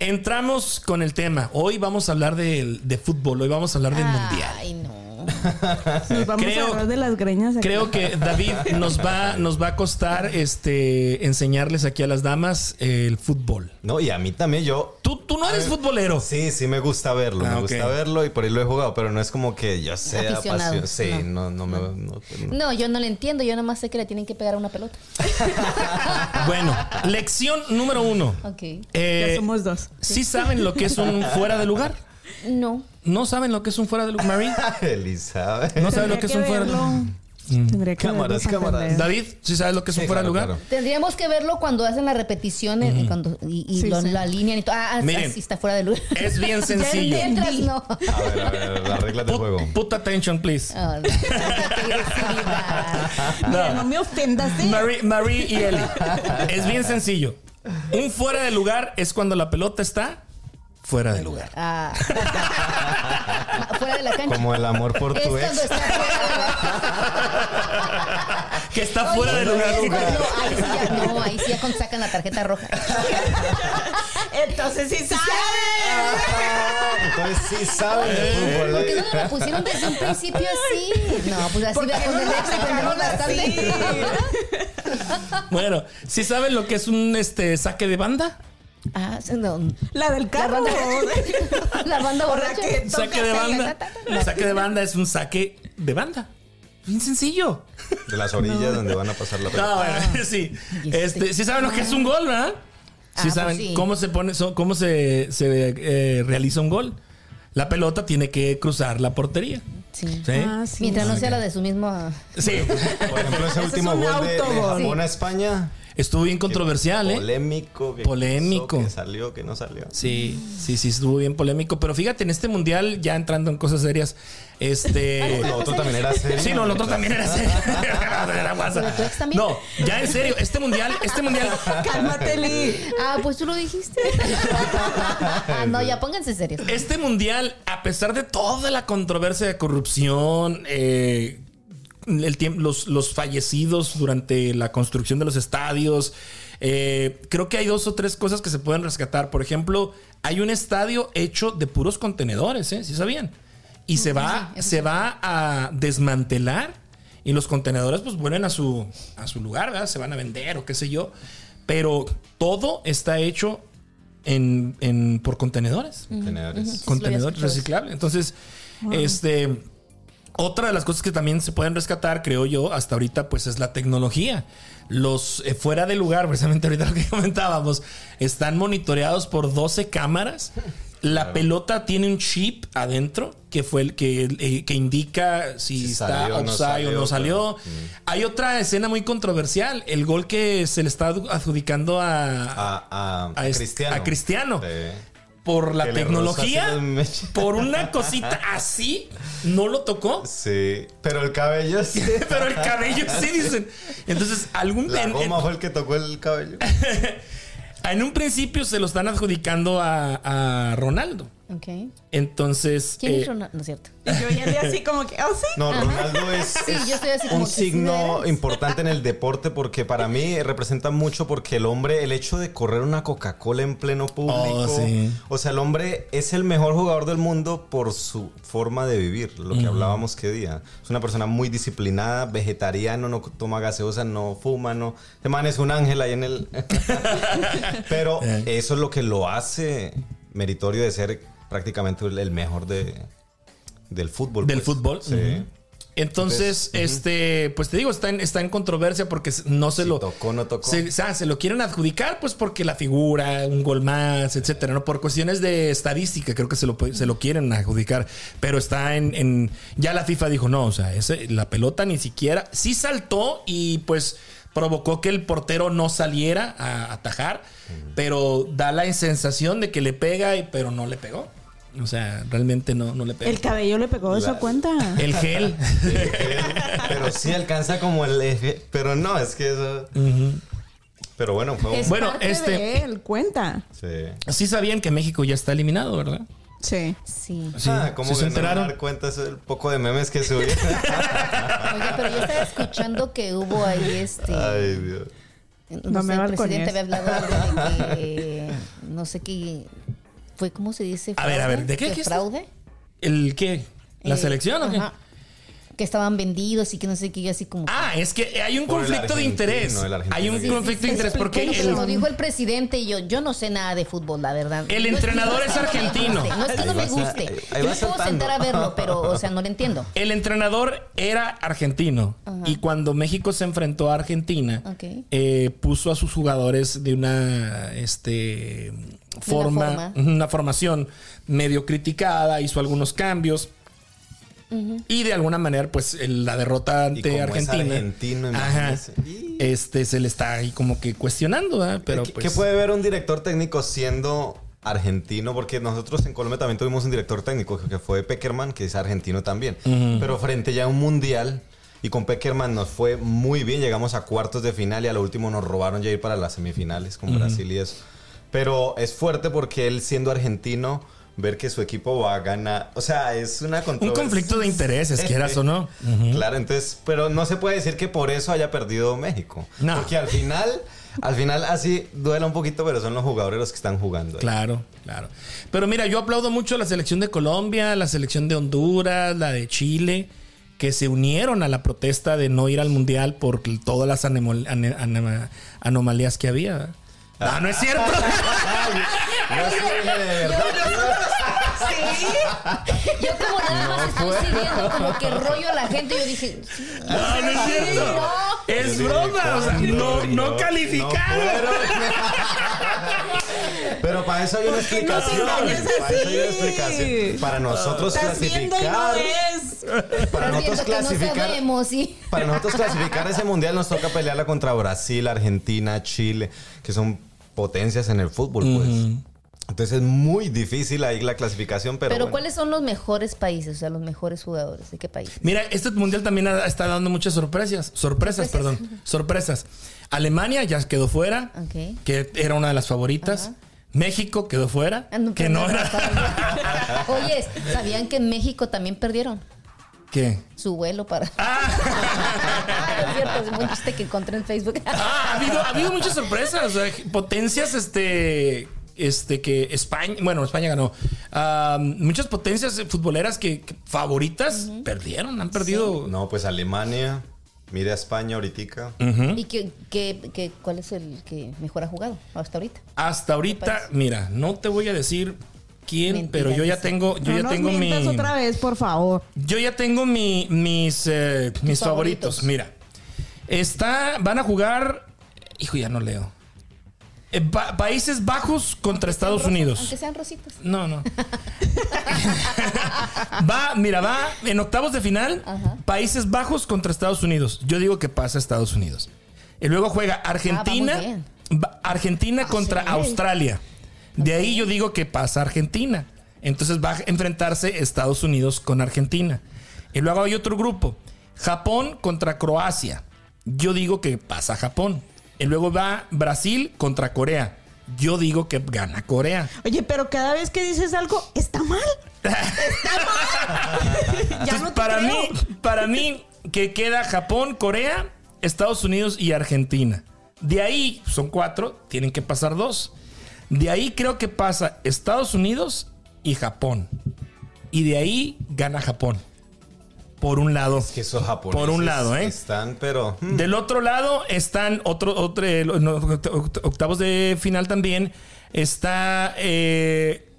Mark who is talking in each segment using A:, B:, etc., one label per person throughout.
A: Entramos con el tema. Hoy vamos a hablar de, de fútbol, hoy vamos a hablar del
B: Ah.
A: mundial.
C: Ay, no.
B: Nos vamos
A: Creo-
B: a agarrar de las greñas. aquí.
A: Creo que David nos va, nos va a costar este enseñarles aquí a las damas eh, el fútbol.
D: No, y a mí también yo.
A: Tú, tú no eres futbolero.
D: Sí, sí me gusta verlo,
A: Ah,
D: me
A: ok.
D: gusta verlo y por ahí lo he jugado, pero no es como que yo sea
C: Aficionado,
D: pasión. Sí, no, no, me. no- no.
C: No, yo no le entiendo. Yo nomás sé que le tienen que pegar a una pelota.
A: Bueno, lección número uno.
C: Ok.
A: Eh,
B: Ya somos dos.
A: ¿Sí saben lo que es un fuera de lugar?
C: No.
A: ¿No saben lo que es un fuera de lugar? Marín,
D: Elizabeth.
A: ¿no saben
B: Tendría
A: lo que es
B: que
A: un fuera Mm. de lugar?
B: verlo. Tendría que
D: Cámaras,
B: verlo para
D: cámaras.
B: entender.
A: David, ¿sí sabes lo que es un
D: Sí,
A: fuera de
D: claro,
A: lugar?
C: Tendríamos que verlo cuando hacen las repeticiones cuando, y, y
B: Sí,
C: lo,
B: sí.
C: la alinean y todo. Ah, ah,
A: Miren,
C: así está fuera de lugar.
A: Es bien sencillo.
C: Ya letras, no.
D: A ver, a ver, las reglas del juego.
A: Put, put attention, please.
C: Ah, no. Qué agresividad.
B: Mira, no me ofendas. ¿eh?
A: Marie, Marie y Eli. Es bien sencillo. Un fuera de lugar es cuando la pelota está fuera de lugar.
C: Ah. fuera de la cancha.
D: Como el amor por
C: es
D: tu
C: cuando
D: ex.
C: está fuera de
A: Que está fuera de lugar.
C: Oye, es cuando- ahí sí ya, no, ahí sí ya cuando sacan la tarjeta roja.
B: Entonces sí sabes.
D: Entonces sí saben
A: Eh.
D: de fútbol. ¿eh?
C: ¿Por qué no me lo pusieron desde un principio así? No, pues así
B: ¿Por
C: de
B: qué no
C: con el
B: nos
C: ex aprendemos
B: sacaron
C: bastante.
B: así?
A: Bueno, ¿sí saben lo que es un este saque de banda?
C: Ah, sí, no.
B: La del carro.
C: La banda borracha.
B: Raqueta.
A: Saque de banda. Saque de banda es un saque de banda. Bien sencillo.
D: De las orillas donde van a pasar la pelota.
A: No, bueno, sí.
C: Ah. Y este-
A: Este, sí saben lo que es un gol, ¿verdad?
C: Ah,
A: Sí
C: pues
A: saben
C: sí.
A: cómo se pone, so- cómo se, se, eh, realiza un gol. La pelota tiene que cruzar la portería.
C: Sí.
A: ¿Sí?
B: Ah, sí.
C: Mientras no sea la de su mismo.
A: Sí.
D: Por ejemplo, ese
B: Eso es
D: último
B: un
D: gol de, de
B: autogol.
D: Japón a España.
A: Estuvo bien controversial, ¿eh?
D: Polémico. que
A: Polémico.
D: pasó, Que salió, que no salió.
A: Sí, sí, sí, estuvo bien polémico. Pero fíjate, en este mundial, ya entrando en cosas serias, este.
D: Lo otro también era serio.
A: Sí, no, el otro también era serio. Era guasa.
C: ¿Pero tu ex también?
A: No, ya en serio, este mundial, este mundial.
B: Cálmate, Lee.
C: Ah, pues tú lo dijiste. Ah, no, ya pónganse serios.
A: Este mundial, a pesar de toda la controversia de corrupción, eh, el tiemp- los, los fallecidos durante la construcción de los estadios, eh, creo que hay dos o tres cosas que se pueden rescatar. Por ejemplo, hay un estadio hecho de puros contenedores, ¿eh? ¿Sí sabían? Y se va,
C: sí, eso
A: se va a desmantelar y los contenedores pues vuelven a su, a su lugar, ¿verdad? Se van a vender o qué sé yo. Pero todo está hecho en, en- por contenedores
D: Tenedores.
A: contenedor
C: escuchado.
A: reciclable. Entonces, este otra de las cosas que también se pueden rescatar, creo yo, hasta ahorita, pues es la tecnología. Los eh, fuera de lugar, precisamente ahorita lo que comentábamos, están monitoreados por 12 cámaras. La pelota tiene un chip adentro que fue el que, eh, que indica si,
D: Si
A: está
D: salió o no
A: offside o
D: salió,
A: no salió.
D: claro. Mm.
A: Hay otra escena muy controversial, el gol que se le está adjudicando
D: Ah,
A: a,
D: A, a,
A: A es-
D: Cristiano.
A: a Cristiano.
D: Sí.
A: por la
D: Que le rozó
A: tecnología,
D: así los mechas.
A: por una cosita así, no lo tocó,
D: Sí, pero el cabello sí.
A: pero el cabello sí dicen. Entonces, algún
D: La
A: en,
D: goma fue el que tocó el cabello.
A: en un principio se lo están adjudicando a, a Ronaldo.
C: Ok.
A: Entonces,
C: ¿Quién
A: eh,
C: es Ronaldo? No es cierto.
B: Y yo ya le así como que, oh sí.
D: No, Ronaldo es,
C: Sí,
D: es
C: yo estoy así como
D: un
C: que sí,
D: signo
C: ¿veras?
D: importante en el deporte porque para mí representa mucho porque el hombre, el hecho de correr una Coca-Cola en pleno público,
A: Oh, sí.
D: o sea, el hombre es el mejor jugador del mundo por su forma de vivir, lo que hablábamos que día. Es una persona muy disciplinada, vegetariano, no toma gaseosa, no fuma, no... Este man es un ángel ahí en el... Pero eso es lo que lo hace meritorio de ser prácticamente el el mejor de, del fútbol.
A: del
D: pues.
A: fútbol.
D: Sí.
A: Ujú. Entonces, este, pues te digo, está en, está en controversia porque no se
D: Si
A: lo
D: tocó, no tocó.
A: Se, o sea, se lo quieren adjudicar, pues porque la figura, un gol más, etcétera, ¿no? Por cuestiones de estadística, creo que se lo, puede- se lo quieren adjudicar, pero está en, en- Ya la FIFA dijo, no, o sea, ese- la pelota ni siquiera. Sí saltó y pues provocó que el portero no saliera a atajar, pero da la sensación de que le pega, y- pero no le pegó. O sea, realmente no, no Eh. le pegó.
B: El cabello le pegó, eso
D: La-
B: cuenta.
A: El gel.
D: pero sí alcanza como el eje. Pero no, es que eso. Pero bueno, fue un.
C: Es-
A: bueno,
C: parte
A: este.
B: De él, cuenta.
D: Sí.
A: Sí sabían que México ya está eliminado, ¿verdad?
B: Sí.
C: Sí.
A: Sí.
D: Ah, como
A: ¿Sí
D: que
A: se
D: no me
A: enteraron?
D: dar cuenta eso del poco de memes que subí.
C: Oye, pero yo estaba escuchando que hubo ahí este.
D: Ay, Dios.
C: No,
B: No
C: sé,
B: me
C: el
B: balconees.
C: presidente había hablado algo de que. No sé qué. fue como se dice.
A: A ver, a ver, ¿de qué- qué es-
C: fraude?
A: ¿El qué? ¿La
C: Eh,
A: selección o qué?
C: ajá. Que estaban vendidos y que no sé qué, y así como.
A: Ah, es que hay un
D: Por el
A: conflicto de
D: argentino,
A: interés.
D: el argentino.
A: Hay un
D: Sí, sí,
A: conflicto de interés porque
C: Pero
A: el,
C: como dijo el presidente y yo, yo no sé nada de fútbol, la verdad.
A: El
C: No es-
A: entrenador
C: no
A: es
C: que no me
A: argentino.
C: guste, No es que
D: Ahí
C: no me
D: vas a-
C: guste.
D: ahí- ahí
C: Yo me
D: vas
C: puedo
D: saltando.
C: sentar a verlo, pero, o sea, no lo entiendo.
A: El entrenador era argentino y cuando México se enfrentó a Argentina,
C: Ok.
A: eh, puso a sus jugadores de una este, forma,
C: forma.
A: ujú, una formación medio criticada, hizo algunos cambios. Y de alguna manera, pues el- la derrota ante
D: como es
A: Argentina.
D: argentino,
A: ajá,
D: imagínese. Y-
A: este se le está ahí como que cuestionando, ¿verdad? Pero
D: ¿Qué,
A: pues.
D: qué puede ver un director técnico siendo argentino? Porque nosotros en Colombia también tuvimos un director técnico que fue Peckerman, que es argentino también. Pero frente ya a un mundial. Y con Peckerman nos fue muy bien. Llegamos a cuartos de final y a lo último nos robaron ya ir para las semifinales con Brasil y eso. Pero es fuerte porque él siendo argentino, ver que su equipo va a ganar. O sea, es una
A: un
D: controversia.
A: conflicto de intereses, quieras o no.
D: Claro, entonces, pero no se puede decir que por eso haya perdido México.
A: No.
D: Porque al final, al final así duela un poquito, pero son los jugadores los que están jugando. ahí.
A: Claro, claro. Pero mira, yo aplaudo mucho a la selección de Colombia, la selección de Honduras, la de Chile, que se unieron a la protesta de no ir al mundial por todas las anemol- ane- anema- anomalías que había. Ah, no es cierto.
D: No sé, de verdad.
C: Yo como nada más estoy siguiendo como que rollo a la gente, yo dije, sí,
A: No, no es cierto. Es
D: Sí,
A: broma. O sea,
D: cuando
A: no, no
D: no-
A: calificaron.
D: no Pero para eso hay una
B: Porque no se
D: explicación.
B: engañes
D: Para eso hay una
B: así.
D: explicación. Para nosotros
B: Estás viendo y no
D: clasificar.
B: es.
D: Para
C: estás
D: nosotros
C: viendo que no
D: clasificar.
C: sabemos, sí.
D: Para nosotros clasificar ese mundial nos toca pelearla contra Brasil, Argentina, Chile, que son potencias en el fútbol, pues. Entonces es muy difícil ahí la clasificación, pero.
C: Pero,
D: bueno.
C: ¿cuáles son los mejores países? O sea, los mejores jugadores. ¿De qué país?
A: Mira, este mundial también ha- está dando muchas sorpresas. Sorpresas,
C: Sorpresas.
A: perdón. Sorpresas. Alemania ya quedó fuera,
C: Ok.
A: que era una de las favoritas. México quedó fuera,
C: Ah, no,
A: que
C: perdón,
A: no era.
C: estaba- Oye, ¿sabían que en México también perdieron
A: ¿Qué?
C: su vuelo para...
A: Ah.
C: es cierto, es un chiste que encontré en Facebook.
A: Ah, ha habido, ha habido muchas sorpresas. eh, Potencias, este. Este que España, bueno, España ganó. Ah, muchas potencias futboleras que, que favoritas perdieron, han perdido.
D: No, pues Alemania. Mira a España ahorita.
A: Mm.
C: ¿Y que, que- que- cuál es el que mejor ha jugado hasta ahorita?
A: Hasta ahorita, mira, no te voy a decir quién,
C: Mentira,
A: pero yo ya
C: dice.
A: tengo, yo
B: no
A: ya
B: nos
A: tengo mi.
B: mientas otra vez, por favor.
A: Yo ya tengo mi- mis, eh, mis favoritos.
C: favoritos.
A: Mira, está, van a jugar. Hijo, ya no leo. Eh, Pa- Países Bajos contra Estados
C: Aunque
A: Unidos.
C: sean rositas.
A: No, no. va, mira, va en octavos de final.
C: Ajá.
A: Países Bajos contra Estados Unidos. Yo digo que pasa Estados Unidos. Y luego juega Argentina.
C: Ah, bien. Ah,
A: va- Argentina contra
C: sí.
A: Australia. De ahí yo digo que pasa Argentina. Entonces va a enfrentarse Estados Unidos con Argentina. Y luego hay otro grupo. Japón contra Croacia. Yo digo que pasa Japón. Y luego va Brasil contra Corea. Yo digo que gana Corea.
B: Oye, pero cada vez que dices algo, está mal. Está mal. ya
A: Entonces,
B: no te
A: para
B: creo.
A: mí, para mí que queda Japón, Corea, Estados Unidos y Argentina. De ahí son cuatro, tienen que pasar dos. De ahí creo que pasa Estados Unidos y Japón. Y de ahí gana Japón. Por un lado.
D: Que esos japoneses.
A: Por un lado, ¿eh?
D: Están, pero. mm,
A: Del otro lado están otro, otro eh, no, oct- octavos de final también. Está. eh,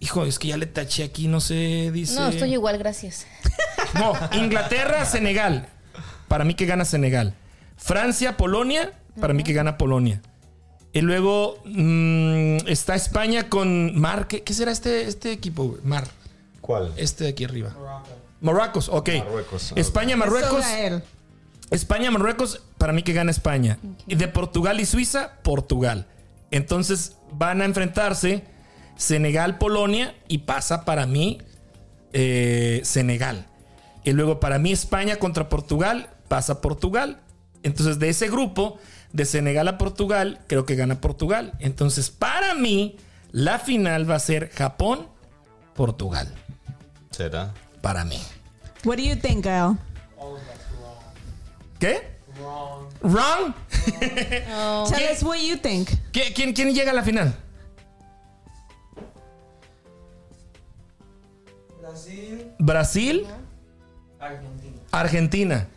A: hijo, es que ya le taché aquí, no sé, dice.
C: No, estoy igual, gracias.
A: No, Inglaterra, Senegal. Para mí que gana Senegal. Francia, Polonia. Para mí que gana Polonia. Y luego mm, está España con Mar. ¿Qué, qué será este, este equipo? güey? Mar.
D: ¿Cuál?
A: Este de aquí arriba. Marruecos, ok.
D: Marruecos, ah,
A: España, Marruecos.
B: Israel.
A: España, Marruecos, para mí que gana España. Y de Portugal y Suiza, Portugal. Entonces van a enfrentarse Senegal, Polonia y pasa para mí eh, Senegal. Y luego para mí España contra Portugal, pasa Portugal. Entonces de ese grupo, de Senegal a Portugal, creo que gana Portugal. Entonces para mí la final va a ser Japón-Portugal.
D: ¿Será?
A: Para mí.
B: What do you think, Gael?
A: ¿Qué? Wrong.
B: Tell us what you think.
A: ¿Qui- ¿Quién, quién llega a la final?
E: Brasil,
A: Brasil,
E: Argentina.
A: Argentina.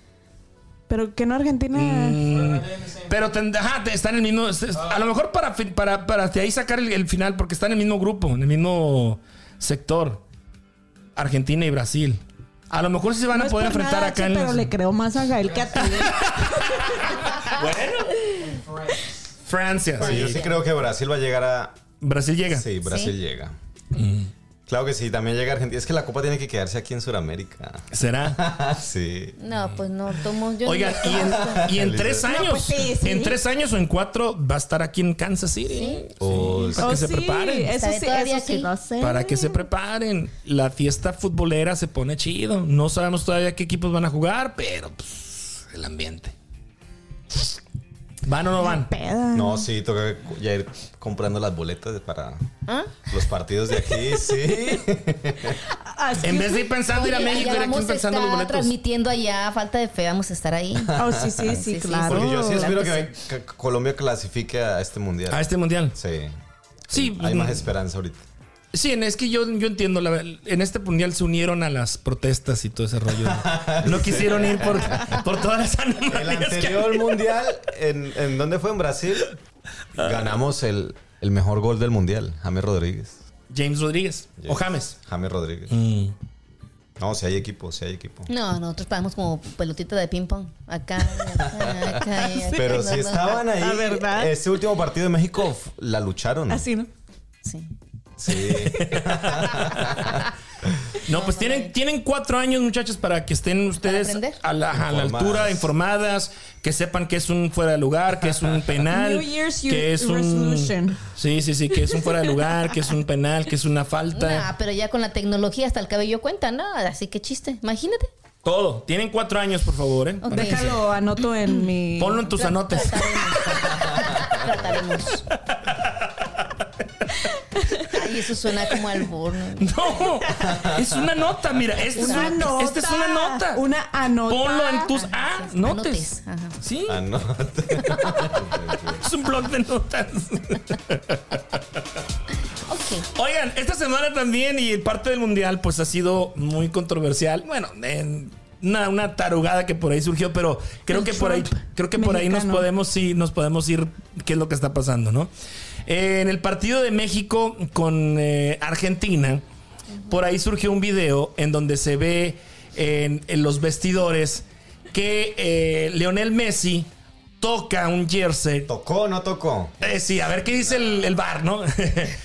B: Pero que no Argentina.
A: Mm, pero ten- ajá, te- están en el mismo. es- es- A lo mejor para, fi- para, para de ahí sacar el, el final, porque están en el mismo grupo, en el mismo sector. Argentina y Brasil. A lo mejor sí se van
B: No
A: a
B: es
A: poder
B: por
A: enfrentar
B: nada,
A: acá
B: Axel,
A: en
B: Pero
A: los-
B: le creo más a Gael que a ti.
A: Francia.
D: Sí,
A: sí.
D: Yo sí creo que Brasil va a llegar a.
A: Brasil llega. Mm.
D: Sí, Brasil
C: Sí.
D: llega. Claro que sí, también llega Argentina. Es que la copa tiene que quedarse aquí en Sudamérica.
A: ¿Será?
D: sí.
C: No, pues no, tomo yo.
A: Oigan,
C: no-
A: y en, y en
D: Feliz
A: tres
D: de-
A: años,
B: No, pues sí, sí.
A: en tres años o en cuatro, va a estar aquí en Kansas City.
C: Sí.
D: O
A: Para que se preparen.
B: Oh, Eso
C: ¿Sabe
B: sí,
C: todavía
B: eso sí
C: aquí?
B: lo sé.
A: Para
C: Mm.
A: que se preparen. La fiesta futbolera se pone chido. No sabemos todavía qué equipos van a jugar, pero pues, el ambiente. ¿Van o no van?
B: Peda.
D: No, sí, toca ya ir comprando las boletas para
C: ¿Ah?
D: los partidos de aquí, sí.
C: Pues,
B: Así
A: Ah, En vez de ir pensando ir a
C: Oye,
A: México,
C: allá
A: ir aquí
C: vamos a
A: pensando los
C: estar
A: boletos.
C: transmitiendo allá, a falta de fe, vamos a estar ahí.
B: Oh, sí, sí,
C: Sí,
B: sí,
C: sí,
B: claro.
D: Porque yo sí espero
C: Claro
D: que, que Colombia clasifique a este mundial.
A: A este mundial.
D: Sí.
A: Sí,
D: Hay
A: mm,
D: más esperanza ahorita.
A: sí, en- es que yo, yo entiendo. la- en este mundial se unieron a las protestas y todo ese rollo. No quisieron ir por, por todas las
D: El
A: animales.
D: anterior mundial, ¿en, en dónde fue? En Brasil. Ah. Ganamos el, el mejor gol del mundial, James Rodríguez.
A: James Rodríguez o James.
D: James Rodríguez. No, si hay equipo, si hay equipo.
C: No, nosotros pagamos como pelotita de ping-pong. Acá, acá, acá. y acá.
D: Pero
C: No,
D: si
C: no.
D: estaban ahí,
B: La verdad. Ah,
D: este último partido de México f- la lucharon.
B: Así, ¿no?
C: Sí.
D: Sí.
A: No, pues tienen, tienen cuatro años, muchachos, para que estén ustedes
C: aprender.
A: a la, a la
D: Informadas.
A: altura, informadas, que sepan que es un fuera de lugar, que es un penal,
B: New Year's
A: que es un
B: resolution.
A: sí, sí, sí, que es un fuera de lugar, que es un penal, que es una falta,
C: Nah, pero ya con la tecnología hasta el cabello cuenta, ¿no? Así que chiste, imagínate.
A: todo. Tienen cuatro años, por favor, ¿eh?
C: Ok.
B: Déjalo, anoto en mi.
A: Ponlo en tus anotes.
C: Trataremos. Trataremos. Ay, eso suena como albur. ¿no?
A: No, es una nota, mira, esta es
B: Una
A: una nota,
B: nota.
A: esta es una nota.
B: Una Ah, anota.
A: Ponlo en tus
C: Anotes,
A: anotes.
C: anotes, ajá.
A: Sí,
D: Ah, no.
A: es un blog de notas.
C: Ok.
A: Oigan, esta semana también y parte del mundial, pues ha sido muy controversial. Bueno, en una, una tarugada que por ahí surgió, pero creo
B: El
A: que por ahí,
B: Trump
A: creo que por ahí nos
B: mexicano.
A: podemos sí, nos podemos ir qué es lo que está pasando, ¿no? Eh, en el partido de México con eh, Argentina, por ahí surgió un video en donde se ve en, en los vestidores que eh, Leonel Messi toca un jersey.
D: ¿Tocó o no tocó?
A: Eh, sí, a ver qué dice el, el bar, ¿no?
B: ¿Qué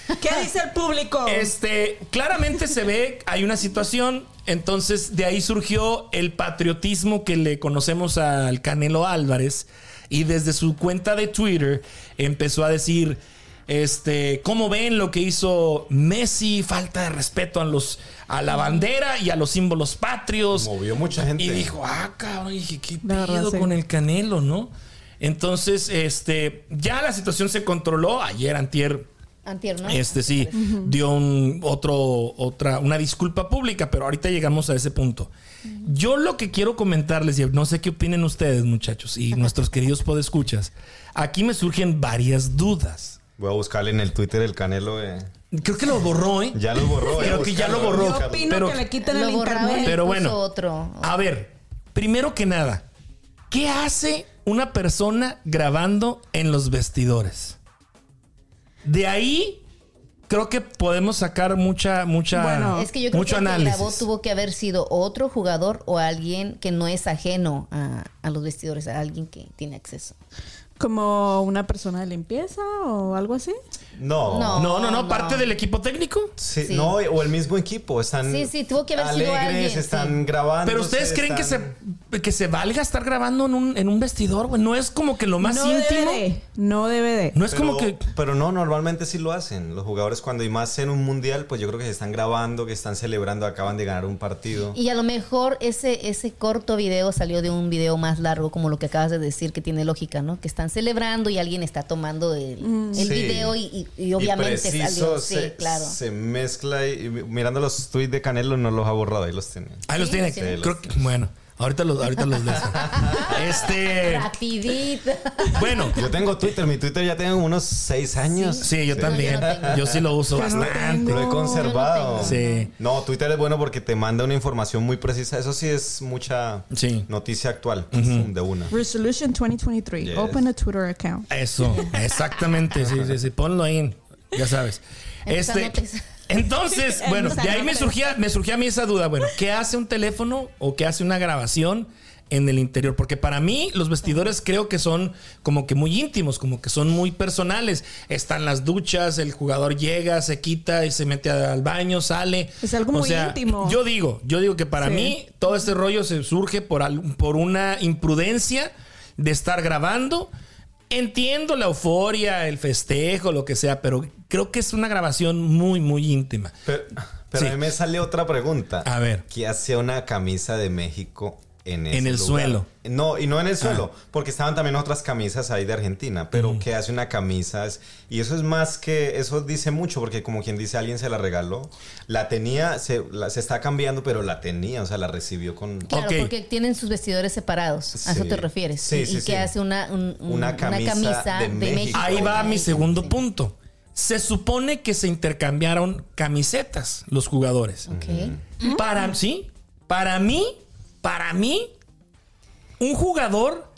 B: dice el público?
A: Este, claramente se ve, hay una situación, entonces de ahí surgió el patriotismo que le conocemos al Canelo Álvarez y desde su cuenta de Twitter empezó a decir, este, ¿cómo ven lo que hizo Messi? Falta de respeto a los a la bandera y a los símbolos patrios.
D: Movió mucha gente.
A: Y dijo, ah, cabrón, y dije, ¿qué
B: La verdad,
A: pedo
B: sí.
A: con el Canelo, no? Entonces, este, ya la situación se controló ayer, antier.
C: Antier, ¿no?
A: Este sí dio un otro otra una disculpa pública, pero ahorita llegamos a ese punto. Yo lo que quiero comentarles y no sé qué opinen ustedes, muchachos y nuestros queridos podescuchas. Aquí me surgen varias dudas.
D: Voy a buscarle en el Twitter el Canelo. eh.
A: Creo que lo borró, ¿eh?
D: Ya lo borró. voy a
A: Creo que ya lo
D: buscarlo, voy a
A: borró.
B: Yo
D: buscarlo.
B: opino
A: pero-
B: que le quiten el
C: Lo ¿eh? borraron y
B: internet.
A: Pero
C: puso
A: bueno.
C: otro.
A: A ver, primero que nada, ¿qué hace una persona grabando en los vestidores? De ahí creo que podemos sacar mucha mucha
B: Bueno,
C: Es que yo creo
A: mucho
C: que el que
A: análisis.
C: grabó tuvo que haber sido otro jugador o alguien que no es ajeno a, a los vestidores, a alguien que tiene acceso.
B: Como una persona de limpieza o algo así.
D: No.
C: No.
A: No, no, no,
C: no.
A: parte del equipo técnico.
D: Sí,
C: Sí.
D: No, o el mismo equipo. Están
C: Sí, sí, tuvo que haber sido alguien,
D: están
C: sí.
D: grabando.
A: Pero ustedes creen que
D: están-
A: se que se valga estar grabando en un, en un vestidor, güey. No es como que lo más
B: no
A: íntimo.
B: debe de. No debe de.
A: No es
D: Pero-
A: como que.
D: Pero no, normalmente sí lo hacen. Los jugadores cuando y más en un mundial, pues yo creo que se están grabando, que están celebrando, acaban de ganar un partido.
C: Y a lo mejor ese, ese corto video salió de un video más largo, como lo que acabas de decir, que tiene lógica, ¿no? Que están celebrando y alguien está tomando el, el
D: Sí.
C: video y, y- y obviamente salió. Sí,
D: se,
C: claro.
D: se mezcla y, y mirando los tweets de Canelo no los ha borrado, ahí los tiene.
A: Ahí los
C: Sí,
A: tiene.
C: sí.
A: Creo que- bueno. Ahorita los, ahorita los leo. Este.
C: Rapidita.
A: Bueno.
D: Yo tengo Twitter, mi Twitter ya tengo unos seis años.
A: Sí, yo
C: No, yo
A: también.
C: no tengo.
A: Yo sí lo uso
B: Yo no
A: bastante.
B: tengo.
D: Lo he
B: No,
D: conservado.
C: yo no
A: tengo. Sí.
D: No, Twitter es bueno porque te manda una información muy precisa. Eso sí es mucha
A: Sí.
D: noticia actual de una.
B: Resolution 2023.
D: Yes.
B: Open a Twitter account.
A: Eso, exactamente, sí, sí, sí, ponlo ahí, ya sabes.
C: Esas
A: Este,
C: notas.
A: entonces, bueno,
C: Esas
A: de ahí me
C: notas.
A: surgía, me surgía a mí esa duda, bueno, ¿qué hace un teléfono o qué hace una grabación en el interior? Porque para mí los vestidores creo que son como que muy íntimos, como que son muy personales. Están las duchas, el jugador llega, se quita y se mete al baño, sale.
B: Es algo muy íntimo.
A: Yo digo, yo digo que para
B: Sí.
A: mí todo este rollo se surge por, al- por una imprudencia de estar grabando. Entiendo la euforia, el festejo, lo que sea, pero creo que es una grabación muy, muy íntima.
D: Pero, pero
A: Sí.
D: a mí me sale otra pregunta.
A: A ver.
D: ¿Qué hace una camisa de México en, ese
A: En el
D: lugar?
A: suelo. Ah.
D: No, y no en el suelo, porque estaban también otras camisas ahí de Argentina, pero ¿qué hace una camisa? Es- y eso es más que, eso dice mucho, porque como quien dice, alguien se la regaló, la tenía, se, la- se está cambiando, pero la tenía, o sea, la recibió con...
C: Claro,
A: Ok.
C: porque tienen sus vestidores separados. A eso
D: Sí.
C: te refieres.
D: Sí,
C: y
D: sí,
C: y
D: sí.
C: que hace una, un- un-
D: Una
C: una
D: camisa
C: camisa, de,
D: de México.
C: México.
A: Ahí va mi segundo
C: Sí.
A: punto. Se supone que se intercambiaron camisetas los jugadores.
C: Ok.
B: Mm.
A: Para sí, para mí, para mí, un jugador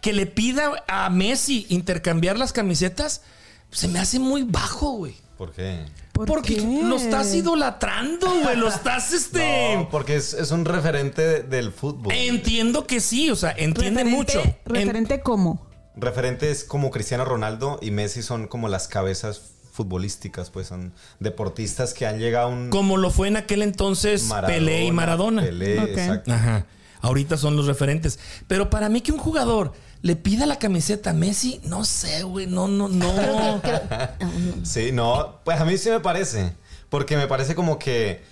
A: que le pida a Messi intercambiar las camisetas se me hace muy bajo, güey.
D: ¿Por qué?
B: ¿Por
A: Porque
B: qué?
A: lo estás idolatrando, güey. Lo estás este.
D: No, pues. porque es, es un referente de- del fútbol.
A: Entiendo que sí, o sea, entiende
B: Referente-
A: mucho. En-
B: ¿Referente cómo?
D: Referentes como Cristiano Ronaldo y Messi son como las cabezas futbolísticas, pues son deportistas que han llegado a un...
A: como lo fue en aquel entonces
D: Maradona,
A: Pelé y Maradona.
D: Pelé,
B: Ok.
D: exacto.
A: Ajá. Ahorita son los referentes. Pero para mí que un jugador le pida la camiseta a Messi, no sé, güey. No, no, no.
D: Sí, no, pues a mí sí me parece. Porque me parece como que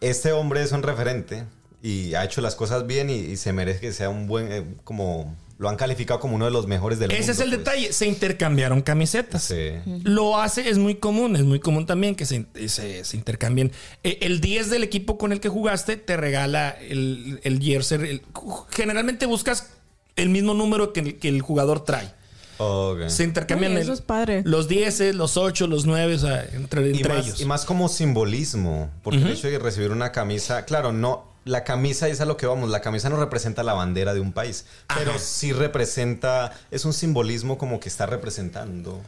D: este hombre es un referente y ha hecho las cosas bien y, y se merece que sea un buen, eh, como lo han calificado como uno de los mejores del mundo.
A: Ese es el
D: pues.
A: detalle. Se intercambiaron camisetas.
D: Sí.
A: Lo hace, es muy común, es muy común también que se, se- se intercambien. Eh, El 10 del equipo con el que jugaste te regala el, el jersey. El- generalmente buscas el mismo número que el, que el jugador trae.
D: Ok.
A: Se intercambian
B: Oye,
A: el-
B: eso es padre.
A: los 10, los 8, los 9, o sea, entre,
D: y
A: entre
D: más,
A: ellos.
D: y más como simbolismo, porque el hecho de recibir una camisa, claro, no, la camisa es a lo que vamos, la camisa no representa la bandera de un país, pero sí representa, es un simbolismo como que está representando.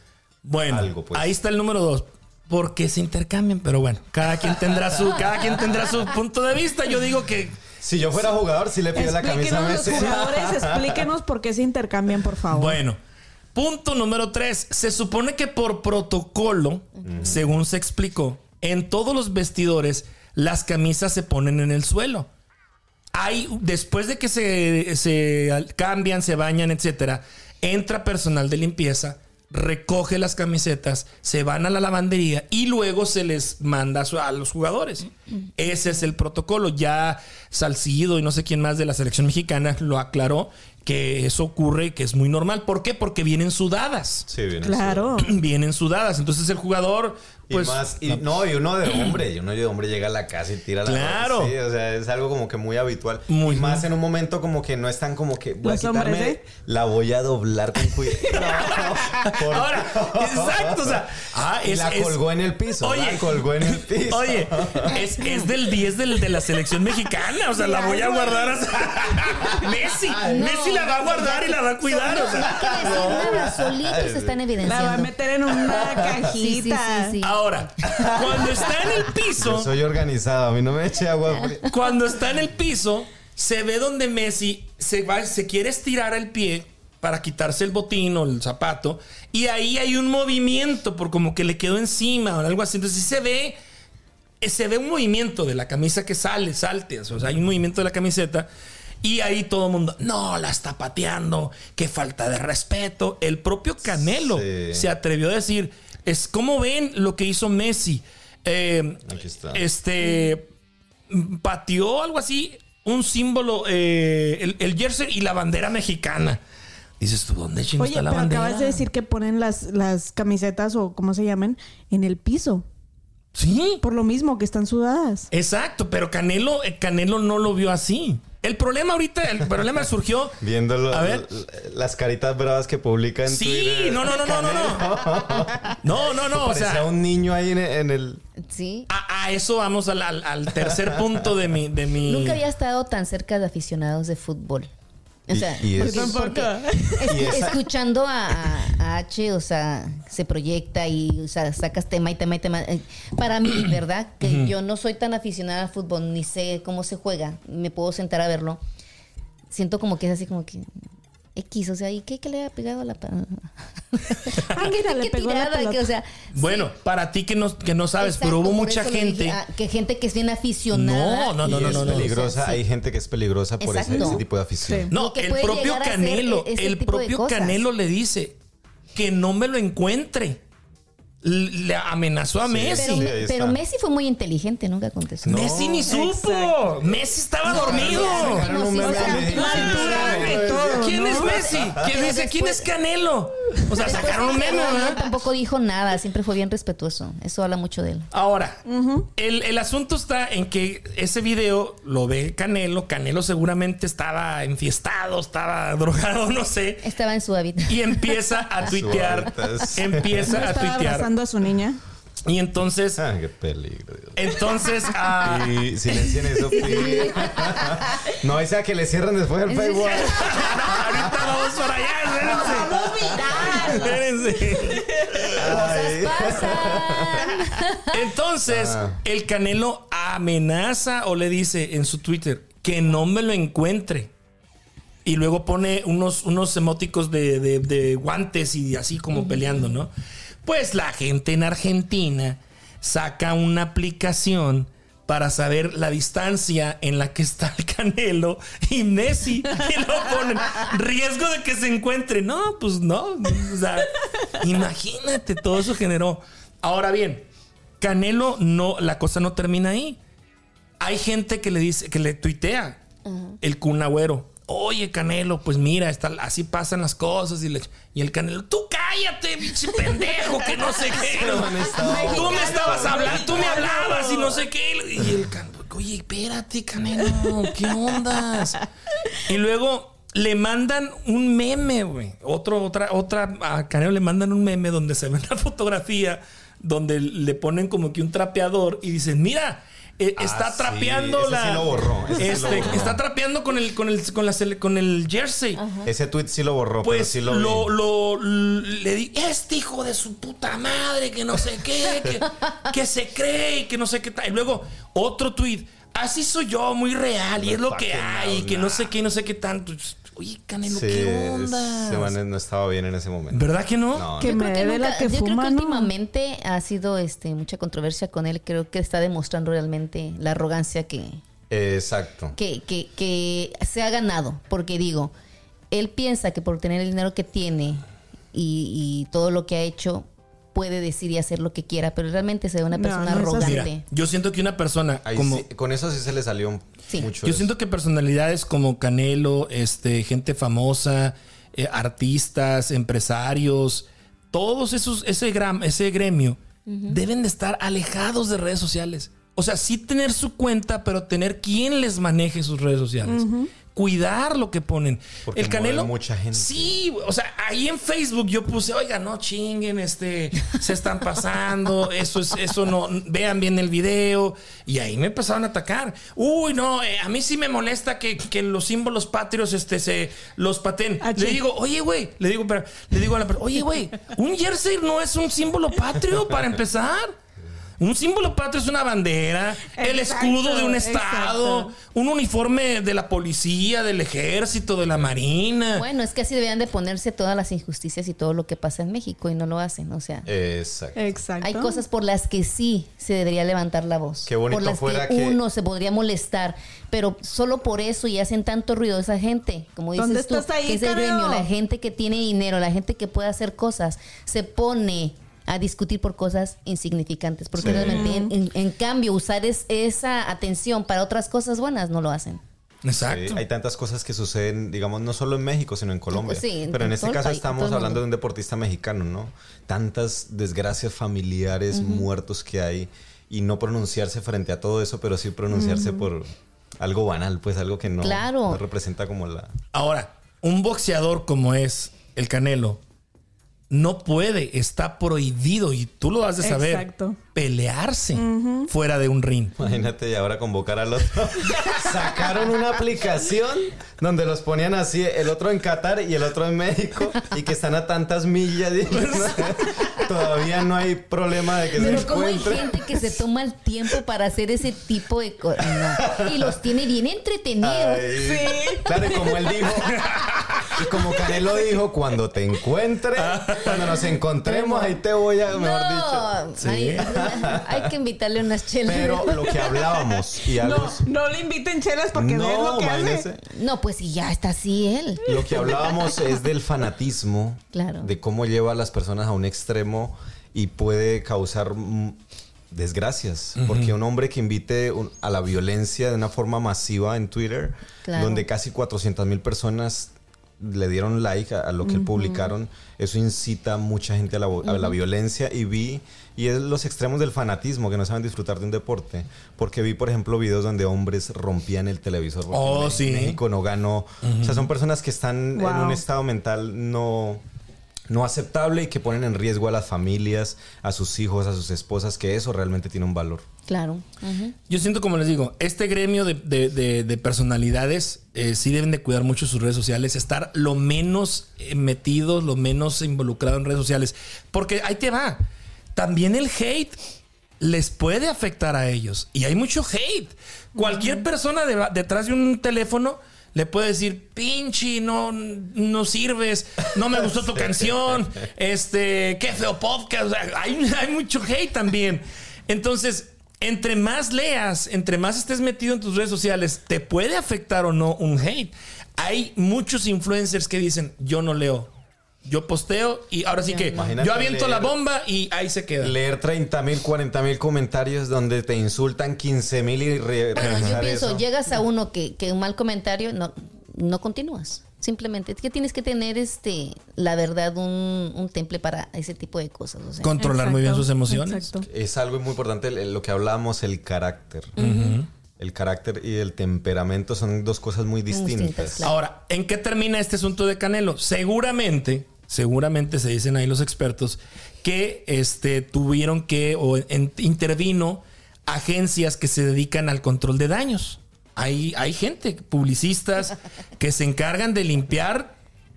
A: Bueno,
D: Algo, pues.
A: ahí está el número dos. Porque se intercambian, pero bueno, cada quien tendrá su, cada quien tendrá su punto de vista. Yo digo que
D: Si yo fuera jugador, sí le pido la camisa a
B: Explíquenos los
D: Messi.
B: jugadores, explíquenos por qué se intercambian, por favor.
A: Bueno, punto número tres. Se supone que por protocolo, según se explicó, en todos los vestidores las camisas se ponen en el suelo. Hay, después de que se, se al- cambian, se bañan, etcétera, entra personal de limpieza, recoge las camisetas, se van a la lavandería y luego se les manda a su- a los jugadores. Ese es el protocolo. Ya Salcido y no sé quién más de la selección mexicana lo aclaró que eso ocurre y que es muy normal. ¿Por qué? Porque vienen sudadas.
D: Sí, bien,
B: claro.
A: Vienen sudadas. Entonces el jugador,
D: Y
A: pues.
D: más, y no, y uno de hombre, y uno de hombre llega a la casa y tira la
A: Claro.
D: Sí, o sea, es algo como que muy habitual.
A: Muy.
D: y más en un momento como que no están como que voy a
B: Los
D: quitarme,
B: hombres, ¿eh?
D: la voy a doblar con cuidado. No, por-
A: Ahora, exacto. O sea, ah,
D: Y
A: es-
D: la
A: es-
D: colgó en el piso.
A: Oye.
D: la colgó en el piso.
A: Oye, es, es del 10 del, de la selección mexicana. O sea, la voy a guardar. hasta- Messi.
C: No,
A: Messi la va a guardar y la va a cuidar.
C: No,
A: o sea.
C: no hay que decir nada, solitos están
B: La va a
C: evidenciando.
B: meter en una cajita.
C: Sí, sí, sí, sí.
A: Ahora, cuando está en el
D: Yo
A: piso,
D: soy organizado, a mí no me eche agua fría.
A: cuando está en el piso, se ve donde Messi se, va, se quiere estirar el pie para quitarse el botín o el zapato. Y ahí hay un movimiento por como que le quedó encima o algo así. Entonces sí se ve eh, se ve un movimiento de la camisa que sale, salte, o sea, hay un movimiento de la camiseta. Y ahí todo el mundo, no, la está pateando, qué falta de respeto. El propio Canelo
D: Sí.
A: se atrevió a decir, es como ven lo que hizo Messi. Eh,
D: Aquí está.
A: Este, pateó algo así, un símbolo, eh, el, el jersey y la bandera mexicana. Dices tú, ¿dónde chingo
B: Oye,
A: está la
B: pero
A: bandera?
B: acabas de decir que ponen las, las camisetas o como se llamen en el piso.
A: Sí.
B: Por lo mismo que están sudadas.
A: Exacto, pero Canelo, eh, Canelo no lo vio así. El problema ahorita, el problema surgió.
D: Viendo lo-
A: A ver.
D: l- las caritas bravas que publica en
A: Sí,
D: Twitter.
A: no, no, no, no, no, no. No, no, no. O
D: Parecía
A: sea,
D: un niño ahí en, en el...
C: Sí.
A: a, a eso vamos al, al- al tercer punto de mi. De mi...
C: Nunca había estado tan cerca de aficionados de fútbol. O
D: Y-
C: sea,
D: y es-
C: porque- porque es-
D: Y esa-
C: escuchando a, a- a H, o sea, se proyecta y o sea, sacas tema y tema y tema. Eh, Para mí, ¿verdad? Que yo no soy tan aficionada al fútbol, ni sé cómo se juega, me puedo sentar a verlo. Siento como que es así como que X, o sea, ¿y qué, qué le ha pegado a la pa-
B: Ah, mira, le
C: ¿Qué
B: pegó la
C: tirada?
B: pelota.
C: Que, o sea,
A: Bueno, para ti que no, que no sabes,
C: exacto,
A: pero hubo
C: por
A: mucha
C: eso le dije,
A: gente.
C: ah, que gente que es bien
A: No,
C: aficionada.
A: no,
C: y-
A: no,
D: y
A: no,
D: es
A: no, no.
D: peligrosa.
C: O sea, sí.
D: Hay gente que es peligrosa por ese,
C: Exacto.
D: ese tipo de afición.
B: Sí.
A: No,
C: lo que
A: el
C: puede
A: propio
C: llegar a ser
A: Canelo,
C: e- ese
A: el
C: tipo de
A: propio
C: cosas.
A: Canelo le dice que no me lo encuentre. L- Le amenazó a
D: Sí,
A: Messi.
C: Pero,
D: Sí,
C: me-
D: ahí
C: pero
D: está.
C: Messi fue muy inteligente, nunca contestó.
D: No.
A: Messi ni supo.
B: Exacto.
A: Messi estaba dormido.
C: no, no,
D: Un meme
C: sí,
D: de
C: sí,
D: Messi.
C: sí, sí,
B: de todo,
A: ¿Quién
B: ¿no?
A: es Messi? ¿Quién dice quién es Canelo? O sea, sacaron un meme,
C: No, no,
A: ¿verdad?
C: Tampoco dijo nada, siempre fue bien respetuoso. Eso habla mucho de él.
A: Ahora, el, el asunto está en que ese video lo ve Canelo. Canelo seguramente estaba enfiestado, estaba drogado, no sé.
C: Estaba en su hábitat.
A: Y empieza a tuitear.
D: hábitat.
A: empieza a
B: Estaba
A: tuitear.
B: abrazando a su niña.
A: Y entonces,
D: Ah, qué peligro. Dios.
A: entonces, ah,
D: Y silencien eso, please. No, esa que le cierran después el Facebook.
A: ahorita vamos para allá, espérense. Espérense.
D: Ay.
A: Entonces,
D: Ah.
A: el Canelo amenaza o le dice en su Twitter que no me lo encuentre. Y luego pone unos, unos emóticos de, de- de guantes y así como peleando, ¿no? Pues la gente en Argentina saca una aplicación para saber la distancia en la que está el Canelo y Messi. Y lo ponen. Riesgo de que se encuentre. No, pues no. O sea, imagínate, todo eso generó. Ahora bien, Canelo no, la cosa no termina ahí. Hay gente que le dice, que le tuitea el Kun Agüero. Oye, Canelo, pues mira, está, así pasan las cosas. Y, le- y el Canelo, tú cállate, pinche pendejo, que no sé qué. tú me estabas hablando, tú me hablabas y no sé qué. Y el Canelo, oye, espérate, Canelo, ¿qué ondas? Y luego le mandan un meme, güey. Otro, otra, otra, a Canelo le mandan un meme donde se ve una fotografía donde le ponen como que un trapeador y dicen, mira, eh,
D: Ah,
A: está
D: sí,
A: trapeando
D: ese sí
A: la.
D: lo borró, ese sí lo
A: Este,
D: borró.
A: Está trapeando con el, con el, con la sele- con el jersey.
D: Ese tweet sí lo borró, pero
A: Pues
D: sí lo,
A: lo,
D: vi.
A: lo- le di, este hijo de su puta madre, que no sé qué, que, que se cree y que no sé qué tal. Y luego otro tweet, así soy yo, muy real, y es lo que
D: fucking
A: hay,
D: knows
A: que no
D: nada.
A: sé qué, no sé qué tanto. Oye, Canelo,
D: Sí,
A: ¿qué
D: ese
A: onda?
D: man no estaba bien en ese momento.
A: ¿Verdad que no?
D: No,
B: Que
C: Yo
B: me
C: creo que,
B: debe la
C: nunca-
B: que
C: yo creo que
B: fuma, ¿no?
C: últimamente ha sido este, mucha controversia con él. Creo que está demostrando realmente la arrogancia que,
D: Exacto.
C: que, que, que se ha ganado, porque digo, él piensa que por tener el dinero que tiene y, y todo lo que ha hecho, puede decir y hacer lo que quiera, pero realmente se ve una
B: No,
C: persona
B: no es así.
A: Mira,
C: arrogante.
A: yo siento que una persona
D: Ahí
A: como
D: sí- con eso sí se le salió un-
C: Sí.
D: mucho.
A: Yo
D: eso.
A: siento que personalidades como Canelo, este, gente famosa, eh, artistas, empresarios, todos esos, ese, gram, ese gremio, deben de estar alejados de redes sociales. O sea, sí tener su cuenta, pero tener quien les maneje sus redes sociales. Cuidar lo que ponen.
D: Porque
A: el
D: mueve
A: Canelo.
D: mucha gente.
A: Sí, o sea, ahí en Facebook yo puse, oiga, no chinguen, este, se están pasando, eso es, eso no, vean bien el video. Y ahí me empezaron a atacar. Uy, no, eh, a mí sí me molesta que, que los símbolos patrios, este, se los paten.
B: Ah,
A: Le
B: sí.
A: digo, oye, güey, le digo, pero, le digo a la persona, oye, güey, un jersey no es un símbolo patrio para empezar. Un símbolo patrio es una bandera, el
B: Exacto,
A: escudo de un estado,
B: exacto.
A: un uniforme de la policía, del ejército, de la marina.
C: Bueno, es que así deberían de ponerse todas las injusticias y todo lo que pasa en México y no lo hacen, o sea.
D: Exacto.
B: Exacto.
C: Hay cosas por las que sí se debería levantar la voz.
D: Qué bonito
C: por las
D: fuera
C: que,
D: que-
C: uno se podría molestar, pero solo por eso y hacen tanto ruido esa gente, como dices
B: ¿Dónde
C: tú,
B: estás ahí,
C: que es el
B: Canelo?
C: gremio, la gente que tiene dinero, la gente que puede hacer cosas, se pone a discutir por cosas insignificantes, porque
D: Sí.
C: realmente en, en- en cambio usar es- esa atención para otras cosas buenas no lo hacen.
A: Exacto.
D: Sí, hay tantas cosas que suceden, digamos, no solo en México, sino en Colombia.
C: Sí, en
D: Pero en
C: todo
D: este
C: el
D: caso
C: país, en todo
D: estamos
C: el
D: hablando
C: mundo.
D: de un deportista mexicano, ¿no? Tantas desgracias familiares, muertos que hay, y no pronunciarse frente a todo eso, pero sí pronunciarse por, algo banal, pues algo que no,
C: Claro.
D: no representa como la...
A: Ahora, un boxeador como es el Canelo no puede, está prohibido, y tú lo has de saber,
B: Exacto.
A: pelearse fuera de un ring.
D: Imagínate y ahora convocar al otro. Sacaron una aplicación donde los ponían así, el otro en Qatar y el otro en México, y que están a tantas millas. y- Todavía no hay problema de que
C: Pero
D: se
C: como hay
D: encuentren.
C: gente que se toma el tiempo para hacer ese tipo de cosas. Y los tiene bien entretenidos.
D: Ay, Claro, y como él dijo, y como Canelo dijo, cuando te encuentre, cuando nos encontremos, ahí te voy a, mejor dicho.
C: No, hay, hay que invitarle unas chelas.
D: Pero lo que hablábamos y algo.
B: No, no le inviten chelas porque
D: No,
B: vean lo que hace.
D: imagínese.
C: No, pues si ya está así él.
D: Lo que hablábamos es del fanatismo,
C: Claro.
D: de cómo lleva a las personas a un extremo y puede causar mm, desgracias. Porque un hombre que invite un- a la violencia de una forma masiva en Twitter,
C: Claro.
D: donde casi 400 mil personas le dieron like a, a lo que él publicaron, eso incita a mucha gente a la, vo- a la violencia y vi, y es los extremos del fanatismo que no saben disfrutar de un deporte, porque vi, por ejemplo, videos donde hombres rompían el televisor. porque
A: Oh,
D: en
A: sí.
D: México no ganó. O sea, son personas que están en
B: Wow.
D: un estado mental no, no aceptable y que ponen en riesgo a las familias, a sus hijos, a sus esposas, que eso realmente tiene un valor.
C: Claro. Ujú.
A: Yo siento, como les digo, este gremio de, de- de- de personalidades eh, sí deben de cuidar mucho sus redes sociales, estar lo menos eh, metidos, lo menos involucrado en redes sociales. Porque ahí te va. También el hate les puede afectar a ellos. Y hay mucho hate. Cualquier persona deba- detrás de un teléfono le puede decir, pinche, no, no sirves, no me gustó tu canción, este, qué feo podcast. O sea, hay, hay mucho hate también. Entonces, entre más leas, entre más estés metido en tus redes sociales, te puede afectar o no un hate. Hay muchos influencers que dicen, yo no leo. Yo posteo y ahora sí que
D: Imagínate
A: yo aviento la
D: leer.
A: bomba y ahí se queda.
D: Leer 30 mil, 40 mil comentarios donde te insultan 15 mil y re-
C: Yo
D: revisar
C: pienso,
D: eso.
C: llegas a uno que, que un mal comentario, no, no continúas. Simplemente es que tienes que tener, este, la verdad, un, un temple para ese tipo de cosas. o sea.
A: Controlar muy bien
B: Exacto,
A: sus emociones.
B: exacto.
D: Es algo muy importante el- el- lo que hablábamos, el carácter. El carácter y el temperamento son dos cosas muy distintas.
C: distintas, claro.
A: Ahora, ¿en qué termina este asunto de Canelo? Seguramente, seguramente se dicen ahí los expertos que este, tuvieron que o en- intervino agencias que se dedican al control de daños. Hay, hay gente, publicistas, que se encargan de limpiar,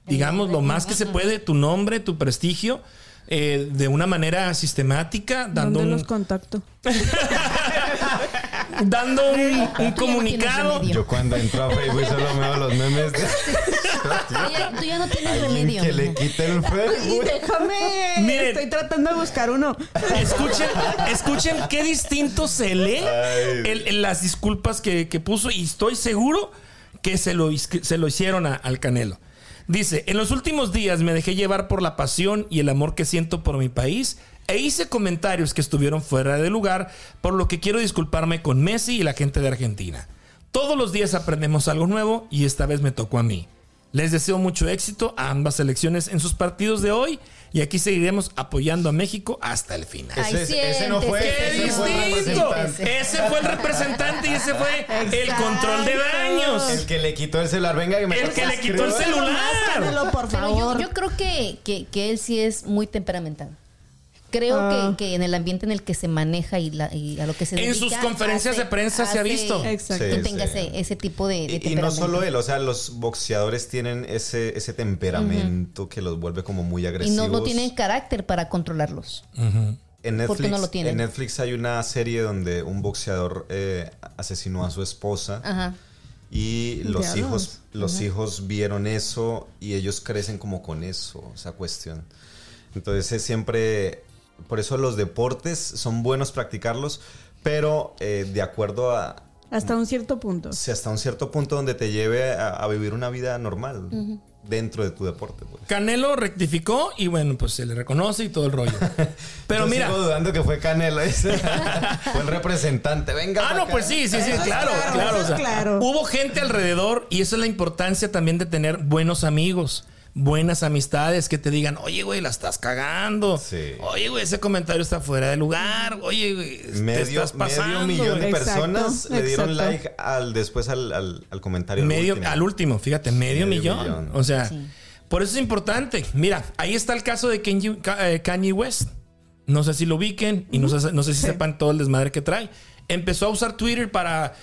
A: digamos, lo más que se puede, tu nombre, tu prestigio, eh, de una manera sistemática, dando
B: ¿Dónde
A: un,
B: los contacto?
A: dando un- un comunicado.
C: remedio.
D: Yo cuando entro a Facebook solo me veo los memes de
C: Tú ya, tú ya no tienes
D: alguien
C: remedio.
D: que le quite el Facebook.
B: Déjame.
A: Miren.
B: Estoy tratando de buscar uno.
A: Escuchen, escuchen qué distinto se lee el- el- las disculpas que, que puso y estoy seguro que se lo, is- que se lo hicieron a- al Canelo. Dice, en los últimos días me dejé llevar por la pasión y el amor que siento por mi país e hice comentarios que estuvieron fuera de lugar, por lo que quiero disculparme con Messi y la gente de Argentina. Todos los días aprendemos algo nuevo y esta vez me tocó a mí. Les deseo mucho éxito a ambas selecciones en sus partidos de hoy y aquí seguiremos apoyando a México hasta el final.
C: Ay,
D: Ese- ese no fue,
A: ¡Qué
D: ese fue el
A: distinto!
D: representante.
A: Ese fue el representante y ese fue el control de
D: El
A: daños.
D: que le quitó el celular, venga que me
A: El que le quitó el
D: suscribo.
A: celular.
B: Cánelo, por
C: Pero yo,
B: favor.
C: yo creo que, que- que él sí es muy temperamental. Creo
B: Ah.
C: que, que en el ambiente en el que se maneja y, la- y a lo que se
A: En
C: dedica...
A: sus conferencias de prensa se ha visto.
B: Exacto.
C: Que
D: Sí,
C: tenga
D: sí.
C: ese, ese tipo de, de
D: Y, y no
C: temperamento.
D: solo él, o sea, los boxeadores tienen ese, ese temperamento que los vuelve como muy
C: Y
D: agresivos.
C: no, no tienen carácter para controlarlos. ¿Por
D: En
C: qué
D: Netflix,
C: no lo tienen?
D: en Netflix hay una serie donde un boxeador eh, asesinó a su esposa.
C: Ajá.
D: Y los
B: Diablos.
D: hijos, los hijos vieron eso y ellos crecen como con eso, esa cuestión. Entonces es siempre, por eso los deportes son buenos practicarlos, pero eh, de acuerdo a
B: Hasta un cierto punto.
D: si hasta un cierto punto donde te lleve a, a vivir una vida normal dentro de tu deporte. pues.
A: Canelo rectificó y bueno, pues se le reconoce y todo el rollo. Pero
D: Yo
A: mira,
D: sigo dudando que fue Canelo, dice. fue el representante. Venga.
A: Ah,
D: pa'
A: no,
D: acá.
A: pues sí, sí, sí,
B: Eso es
A: claro,
B: claro,
A: claro.
B: eso
A: o sea,
B: es claro.
A: Hubo gente alrededor y eso es la importancia también de tener buenos amigos. buenas amistades que te digan, oye, güey, la estás cagando.
D: Sí.
A: Oye, güey, ese comentario está fuera de lugar. Oye, güey, te
D: Medio,
A: estás pasando.
D: medio millón de
A: güey".
B: Exacto,
D: personas le dieron
B: exacto.
D: like al después al, al, al comentario.
A: medio,
D: último.
A: al último, fíjate, medio,
D: Medio
A: millón.
D: millón.
A: O sea,
C: Sí.
A: por eso es importante. Mira, ahí está el caso de Kenji- Ka- eh, Kanye West. No sé si lo ubiquen y no sé, no sé si sepan todo el desmadre que trae. Empezó a usar Twitter para,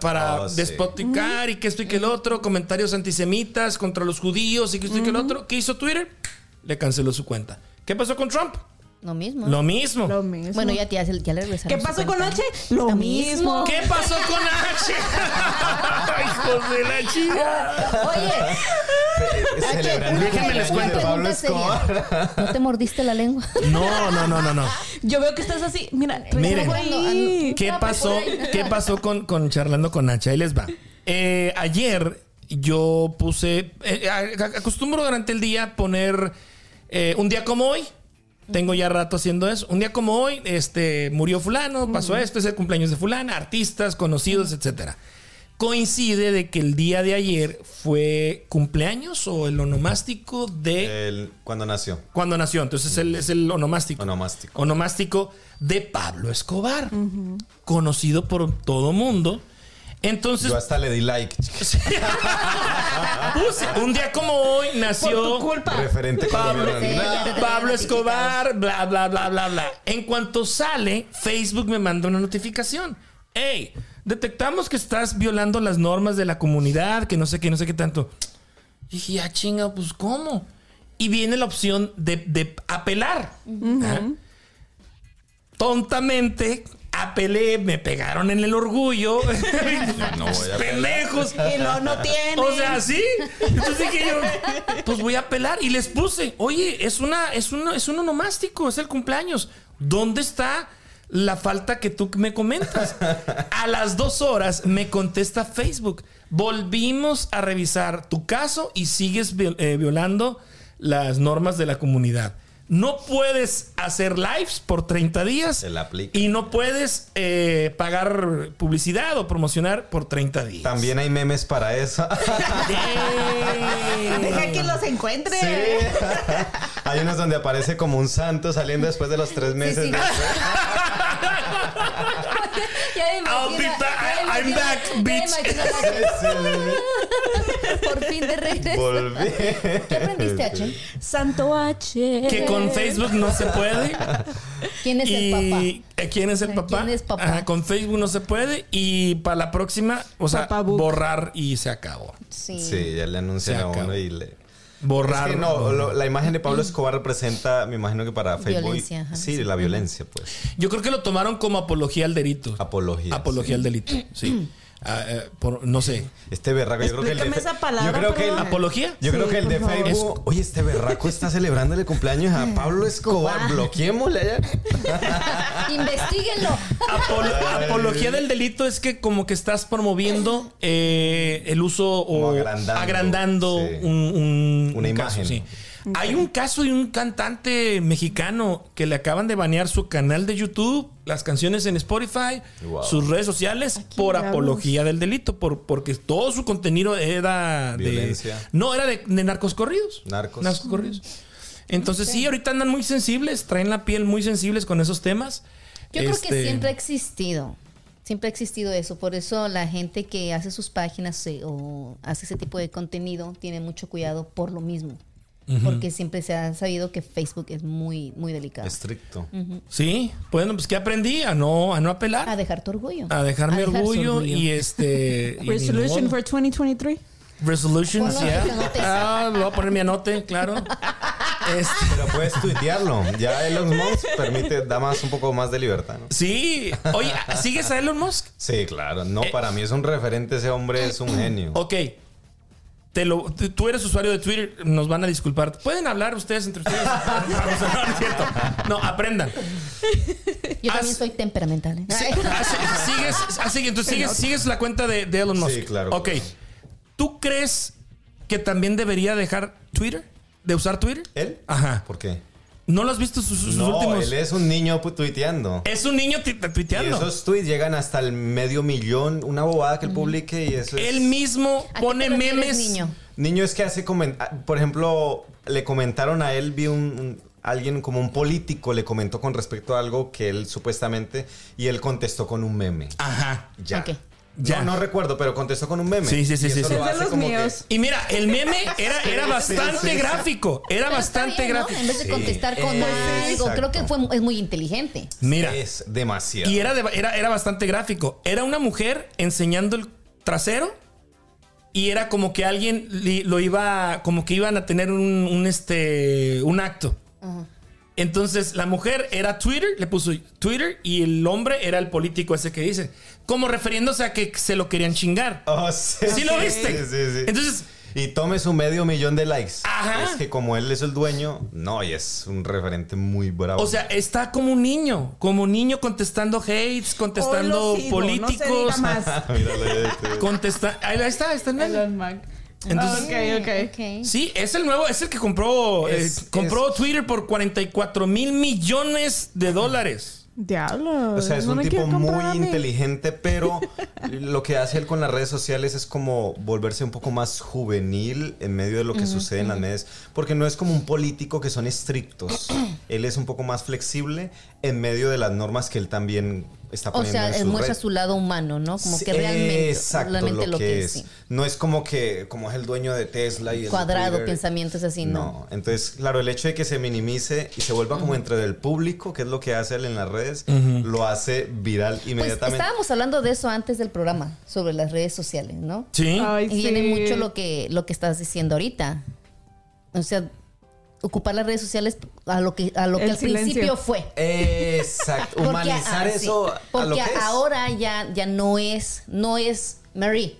A: para
D: Oh, sí.
A: despoticar y que esto y que el otro, comentarios antisemitas contra los judíos y que esto y que el otro. ¿Qué hizo Twitter? Le canceló su cuenta. ¿Qué pasó con Trump?
C: Lo mismo.
A: Lo mismo.
B: Lo mismo.
C: Bueno, ya, ya, ya le regresaron.
B: ¿Qué
C: su
B: pasó con
C: cuenta.
B: H? Lo
C: Lo mismo.
B: mismo.
A: ¿Qué pasó con H? Hijos de la chica.
C: Oye,
D: Celebrando el
C: H,
A: Déjenme
C: una
A: les
D: cumpleaños
A: cuento.
D: de Pablo
C: pregunta seria.
D: Escobar.
C: ¿No te mordiste la lengua?
A: No, no, no, no, no.
B: Yo veo que estás así. Mira, tú
A: Miren.
B: por ahí.
A: ¿Qué pasó? ¿Qué pasó con, con charlando con Nacha? Ahí les va. Eh, ayer yo puse. eh, a- a- acostumbro durante el día poner. eh, un día como hoy. Tengo ya rato haciendo eso. Un día como hoy, este, murió fulano, pasó esto, es el cumpleaños de fulana, artistas, conocidos, etcétera. Coincide de que el día de ayer fue cumpleaños o el onomástico de
D: El- cuando nació.
A: cuando nació. Entonces él es el onomástico.
D: Onomástico.
A: Onomástico de Pablo Escobar, conocido por todo mundo. Entonces,
D: Yo hasta le di like.
A: puse, un día como hoy
B: Por tu
A: nació
B: culpa.
D: Referente
A: Pablo.
D: colombiano.
C: Sí, ya te tenía
A: Pablo
C: notificado.
A: Escobar, bla, bla, bla, bla, bla. En cuanto sale, Facebook me manda una notificación. Hey, detectamos que estás violando las normas de la comunidad, que no sé qué, no sé qué tanto. Y dije, ya chinga, pues ¿cómo? Y viene la opción de, de apelar. Ajá. Tontamente apelé, me pegaron en el orgullo.
D: No voy a
A: Pendejos.
B: Y no, no tiene.
A: O sea, sí. Entonces dije yo, pues voy a apelar. Y les puse, oye, es una, es una, es un onomástico, es el cumpleaños. ¿Dónde está la falta que tú me comentas? A las dos horas me contesta Facebook. Volvimos a revisar tu caso y sigues viol- eh, violando las normas de la comunidad. No puedes hacer lives por 30 días
D: Se la aplica.
A: y no puedes eh, pagar publicidad o promocionar por 30 días.
D: También hay memes para eso.
B: Deja que los encuentre.
D: Sí. Hay unos donde aparece como un santo saliendo después de los tres meses.
C: sí.
D: después.
C: Ya me imagino-
A: I'll be
C: ya
A: back.
C: me
A: I'm
C: imagino-
A: back,
C: ya me
A: bitch.
C: imagino la- Por fin de regreso.
D: Volví.
C: ¿Qué aprendiste, H?
A: Este.
B: Santo H.
A: Que con Facebook no se puede.
C: ¿Quién es
A: y,
C: el
A: eh, ¿Quién es el
C: ¿Quién
A: papá?
C: es papá?
A: Ajá, con Facebook no se puede. Y para la próxima, o sea,
B: Papá book.
A: borrar y se acabó.
C: papá? Sí.
D: Sí, ya le anuncian
A: Se
D: a
A: acabó.
D: uno y le. Es
A: Borrar.
D: que no, lo- la imagen de Pablo Escobar representa, me imagino que para Facebook.
C: Violencia, ajá.
D: sí, la violencia, pues.
A: Yo creo que lo tomaron como apología al delito.
D: Apología.
A: apología al delito. Sí. Ah, eh, por- no sé.
D: sí. Este berraco, yo creo que el de
B: Explícame
D: Fe-
B: esa palabra,
D: Yo creo que el,
B: perdón.
A: ¿Apología?
D: yo
B: Sí,
D: creo que el
B: por
D: de
B: favor.
D: Facebook. Oye, este berraco está celebrando el cumpleaños a Pablo Escobar.
C: Escobar.
D: Bloqueémosle allá.
C: Investíguenlo.
A: Apolo- apología del delito es que como que estás promoviendo eh, el uso o
D: Como agrandando,
A: agrandando
D: sí.
A: un, un-
D: Una
A: un caso,
D: imagen.
A: sí. Hay un caso de un cantante mexicano que le acaban de banear su canal de YouTube, las canciones en Spotify,
D: Wow.
A: sus redes sociales por
B: hablamos.
A: apología del delito, por, porque todo su contenido era de...
D: Violencia.
A: No, era de, de narcos corridos.
D: Narcos.
A: Narcos corridos. Entonces sí, ahorita andan muy sensibles, traen la piel muy sensibles con esos temas.
C: Yo creo que
A: Este-
C: siempre ha existido. Siempre ha existido eso. Por eso la gente que hace sus páginas eh, o hace ese tipo de contenido tiene mucho cuidado por lo mismo. Porque siempre se ha sabido que Facebook es muy, muy delicado.
D: Estricto.
A: Sí, bueno, pues que aprendí a no, a no apelar,
C: A
A: a,
C: dejar tu orgullo.
A: dejarme
C: dejar su
A: orgullo, y este. y ni
B: Resolution
A: modo.
B: for 2023.
A: Resolutions,
C: Ponlo
A: ya.
C: en tus anotes.
A: Ah, le voy a poner mi anote, claro. Este,
D: Pero puedes tuitearlo. Ya Elon Musk permite, da más un poco más de libertad, ¿no?
A: sí, oye, ¿sigues a Elon Musk?
D: Sí, claro. No, para mí es un referente. Ese hombre es un genio.
A: Eh. Ok. Te lo, tú tú eres usuario de Twitter, nos van a disculpar. ¿Pueden hablar ustedes entre ustedes? no, no es cierto. No, aprendan.
C: Yo también
A: Haz-
C: soy temperamental. ¿eh?
A: Sí, ah, sí, sigues, ah, sí, entonces sigues, sigues la cuenta de, de Elon
D: Sí,
A: Musk.
D: claro,
A: Ok.
D: claro.
A: ¿Tú crees que también debería dejar Twitter? ¿De usar Twitter?
D: ¿Él?
A: Ajá.
D: ¿Por qué?
A: ¿No lo has visto sus, sus
D: no,
A: últimos?
D: él es un niño pu- tuiteando.
A: Es un niño ti-
D: Y
A: tuiteando.
D: esos tweets llegan hasta el medio millón, una bobada que él publique y eso es...
A: Él mismo
C: ¿A qué
A: pone
C: te refieres,
A: memes.
C: niño?
D: Niño es que hace comen- ah, por ejemplo, le comentaron a él, vi un, un- alguien como un político le comentó con respecto a algo que él supuestamente y él contestó con un meme.
B: Ah,
A: Ajá.
D: Ya.
C: Ok.
A: Ya.
D: Ya. No, no recuerdo, pero contestó con un meme.
A: Sí, sí, sí,
D: Y eso
A: sí, sí.
D: lo hace
B: Son los
D: como que-
B: míos.
A: Y mira, el meme era, era
D: Sí, sí,
A: bastante
D: sí, sí.
A: gráfico. Era
C: Pero está
A: bastante
C: bien, ¿no?
A: gráfico.
C: En vez de
D: Sí.
C: contestar con
D: Eh,
C: algo, creo que
D: exacto.
C: fue es muy inteligente.
A: Mira.
D: Es demasiado.
A: Y era, de- era, era bastante gráfico. Era una mujer enseñando el trasero. Y era como que alguien li- lo iba. Como que iban a tener un, un, este, un acto. Entonces la mujer era Twitter, le puso Twitter. Y el hombre era el político ese que dice. Como refiriéndose a que se lo querían chingar.
D: Oh, sí,
A: ¿Sí lo viste?
D: Sí, sí, sí.
A: Entonces-
D: Y tome su medio millón de likes.
A: Ajá.
D: Es que como él es el dueño, no, y es un referente muy bravo.
A: O sea, está como un niño, como un niño contestando hates, contestando
B: Hoy lo sigo,
A: políticos.
B: No se diga más.
D: Míralo, ya te-
A: Contesta. Ahí está, ahí está el meme.
B: Elon Musk.
A: Entonces-
B: ok, ok.
A: Sí, es el nuevo, es el que compró, eh,
D: Es-
A: compró Twitter por 44 mil millones de dólares.
B: Diablo.
D: O sea, es
B: no
D: un
B: me
D: tipo
B: quiero
D: muy
B: comprar a mí.
D: inteligente, pero lo que hace él con las redes sociales es como volverse un poco más juvenil en medio de lo que sucede en las redes. Porque no es como un político que son estrictos. él es un poco más flexible en medio de las normas que él también está
C: O
D: poniendo
C: sea,
D: en
C: eh,
D: su
C: muestra
D: red.
C: su lado humano, ¿no? Como que
D: Sí,
C: realmente,
D: Exacto,
C: realmente
D: lo, que es.
C: sí.
D: No es como que, como es el dueño de Tesla y el de
C: Cuadrado,
D: Twitter.
C: pensamientos así, ¿no?
D: No, entonces, claro, el hecho de que se minimice y se vuelva como entre el público, que es lo que hace él en las redes, lo hace viral
C: Pues
D: inmediatamente.
C: estábamos hablando de eso antes del programa, sobre las redes sociales, ¿no?
A: Sí.
B: Ay,
C: Y viene
B: sí.
C: mucho lo que, lo que estás diciendo ahorita. O sea, ocupar las redes sociales a lo que, a lo que
B: El
C: al
B: silencio.
C: principio fue.
D: Exacto,
C: Porque,
D: humanizar
C: ah, sí.
D: eso a lo
C: Porque
D: que es.
C: ahora ya, ya no es, no es Mary.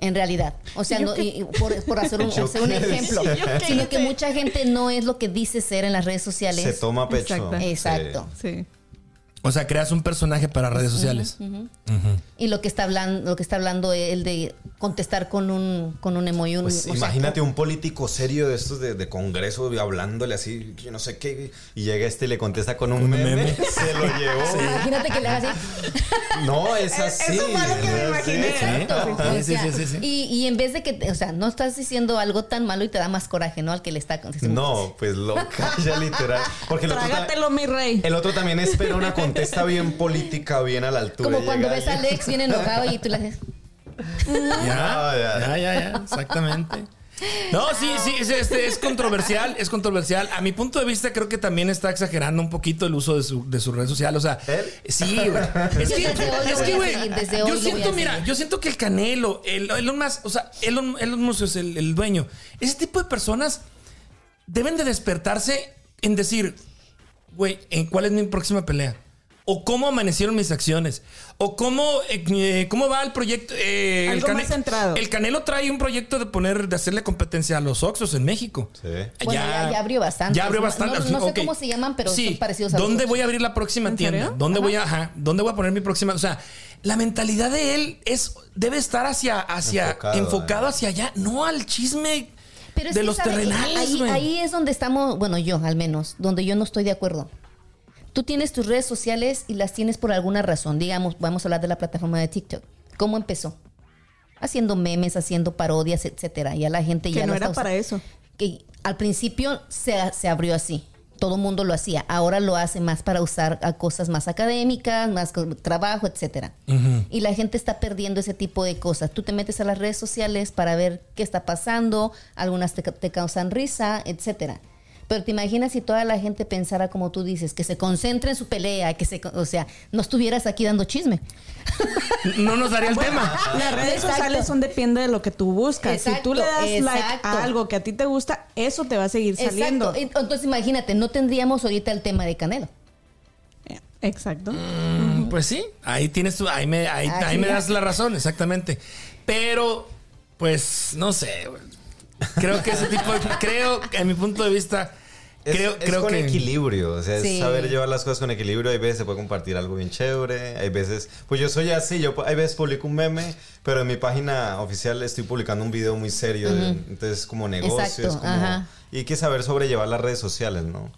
C: En realidad. O sea,
B: ¿Y yo
C: no-
B: qué?
C: y- y por, por hacer un,
D: ¿Yo
C: hacer un
D: qué?
C: ejemplo.
D: ¿Y
B: yo qué
C: Sino que
B: hice?
C: mucha gente no es lo que dice ser en las redes
D: se
C: sociales.
D: toma pecho.
B: Exacto.
C: Exacto.
B: Sí.
A: O sea, creas un personaje para redes sociales.
C: Y lo que está hablando, lo que está hablando el de contestar con un, con un emoji. un- o
D: Pues
C: sea,
D: imagínate un político serio de estos de, de congreso y hablándole así, yo no sé qué, y llega este y le contesta con un, meme,
A: meme.
D: se lo llevó.
C: Imagínate que le hagas así.
D: No, es
B: Es-
D: así.
B: eso fue lo que me
D: es
B: imaginé.
D: así.
C: Exacto.
A: Sí,
D: Ah,
C: O
A: sí,
C: sea,
A: sí, sí, sí.
C: Y, y en vez de que, te- o sea, no estás diciendo algo tan malo y te da más coraje, ¿no? Al que le está contestando.
D: No, pues loca, ya literal. Porque el otro, ta-
B: Trágatelo, mi rey.
D: el otro también espera una contesta bien política, bien a la altura.
C: Como
D: Llega
C: cuando ves a
D: alguien-
C: Alex bien enojado y tú le haces.
A: Ya,
D: Ah, ya.
A: ya, ya, ya, exactamente. No, sí, sí, es, este, es controversial, es controversial. A mi punto de vista, creo que también está exagerando un poquito el uso de su, de su red social. O sea,
D: ¿Él?
A: sí, güey. Es
C: Yo
A: que,
C: desde hoy lo
A: es
C: voy
A: que,
C: a
A: güey,
C: seguir, desde hoy
A: yo
C: lo voy
A: siento,
C: a
A: mira,
C: seguir.
A: yo siento que el Canelo, el, Elon Musk, o sea, Elon, Elon Musk es el, el dueño. Ese tipo de personas deben de despertarse en decir, güey, ¿en cuál es mi próxima pelea? ¿O cómo amanecieron mis acciones? ¿O cómo, eh, eh, cómo va el proyecto? Eh, el,
B: Algo más centrado.
A: el Canelo trae un proyecto de poner, de hacerle competencia a los Oxos en México.
D: Sí.
C: Bueno, ya- ya abrió bastantes.
A: Ya abrió
C: No-
A: bastante.
C: no- no sé
A: Ok.
C: cómo se llaman, pero son parecidos a los
A: ¿Dónde
C: Oxxos?
A: voy a abrir la próxima
B: ¿En
A: tienda?
B: serio?
A: ¿Dónde voy a, ajá, dónde voy a poner mi próxima? O sea, la mentalidad de él es debe estar hacia, hacia enfocado,
D: Enfocado, ¿eh?
A: hacia allá, no al chisme
C: Pero es
A: de
C: que,
A: los
C: ¿sabe?
A: terrenales,
C: Ahí,
A: güey.
C: ahí es donde estamos, bueno, yo al menos, donde yo no estoy de acuerdo. Tú tienes tus redes sociales y las tienes por alguna razón. Digamos, vamos a hablar de la plataforma de TikTok. ¿Cómo empezó? Haciendo memes, haciendo parodias, etcétera. Ya la gente ya
B: Que no
C: lo
B: era
C: está
B: para
C: usando.
B: eso.
C: Que al principio se, se abrió así. Todo mundo lo hacía. Ahora lo hace más para usar a cosas más académicas, más co- trabajo, etcétera. Y la gente está perdiendo ese tipo de cosas. Tú te metes a las redes sociales para ver qué está pasando. Algunas te, ca- te causan risa, etcétera. Pero te imaginas si toda la gente pensara como tú dices, que se concentre en su pelea, que se, con- o sea, no estuvieras aquí dando chisme.
A: No nos daría el tema.
B: Ah, Las redes
C: Exacto.
B: sociales son depende de lo que tú buscas. si tú le das
C: Exacto,
B: like
C: exacto.
B: a algo que a ti te gusta, eso te va a seguir saliendo.
C: Exacto. Entonces imagínate, no tendríamos ahorita el tema de Canelo.
B: Exacto.
A: Pues sí, ahí tienes tú, ahí me, ahí,
C: Ah,
A: ahí
C: sí,
A: me
C: ya.
A: das la razón, exactamente. Pero, pues, no sé. güey. Creo que ese tipo, de- creo, que a mi punto de vista,
D: Es,
A: creo,
D: es
A: creo
D: con
A: que
D: equilibrio, o sea,
C: Sí.
D: es saber llevar las cosas con equilibrio. Hay veces se puede compartir algo bien chévere, hay veces, pues yo soy así, yo pu- hay veces publico un meme, pero en mi página oficial estoy publicando un video muy serio, de- entonces como negocio,
C: Exacto,
D: es como-
C: ajá.
D: y hay que saber sobrellevar las redes sociales, ¿no?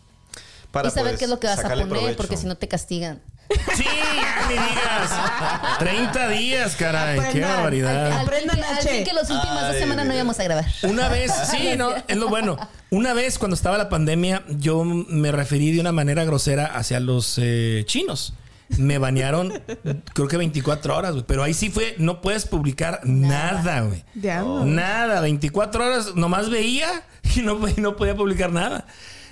D: Para
C: y saber
D: poder
C: qué es lo que vas a
D: sacarle
C: poner,
D: provecho.
C: porque si no te castigan.
A: Sí, ya ni digas. 30 días, caray. Qué
B: Aprendan.
A: barbaridad.
C: Al fin
B: Aprendan,
C: que, al
B: H.
C: fin que los últimas dos
D: Ay,
C: semanas no
D: mira.
C: íbamos a grabar.
A: Una vez, sí, no, es lo bueno. Una vez cuando estaba la pandemia, yo me referí de una manera grosera hacia los eh, chinos. Me banearon, creo que 24 horas, güey. Pero ahí sí fue, no puedes publicar nada, güey.
B: Ya,
D: Oh,
B: no.
A: Nada, 24 horas nomás veía y no, y no podía publicar nada.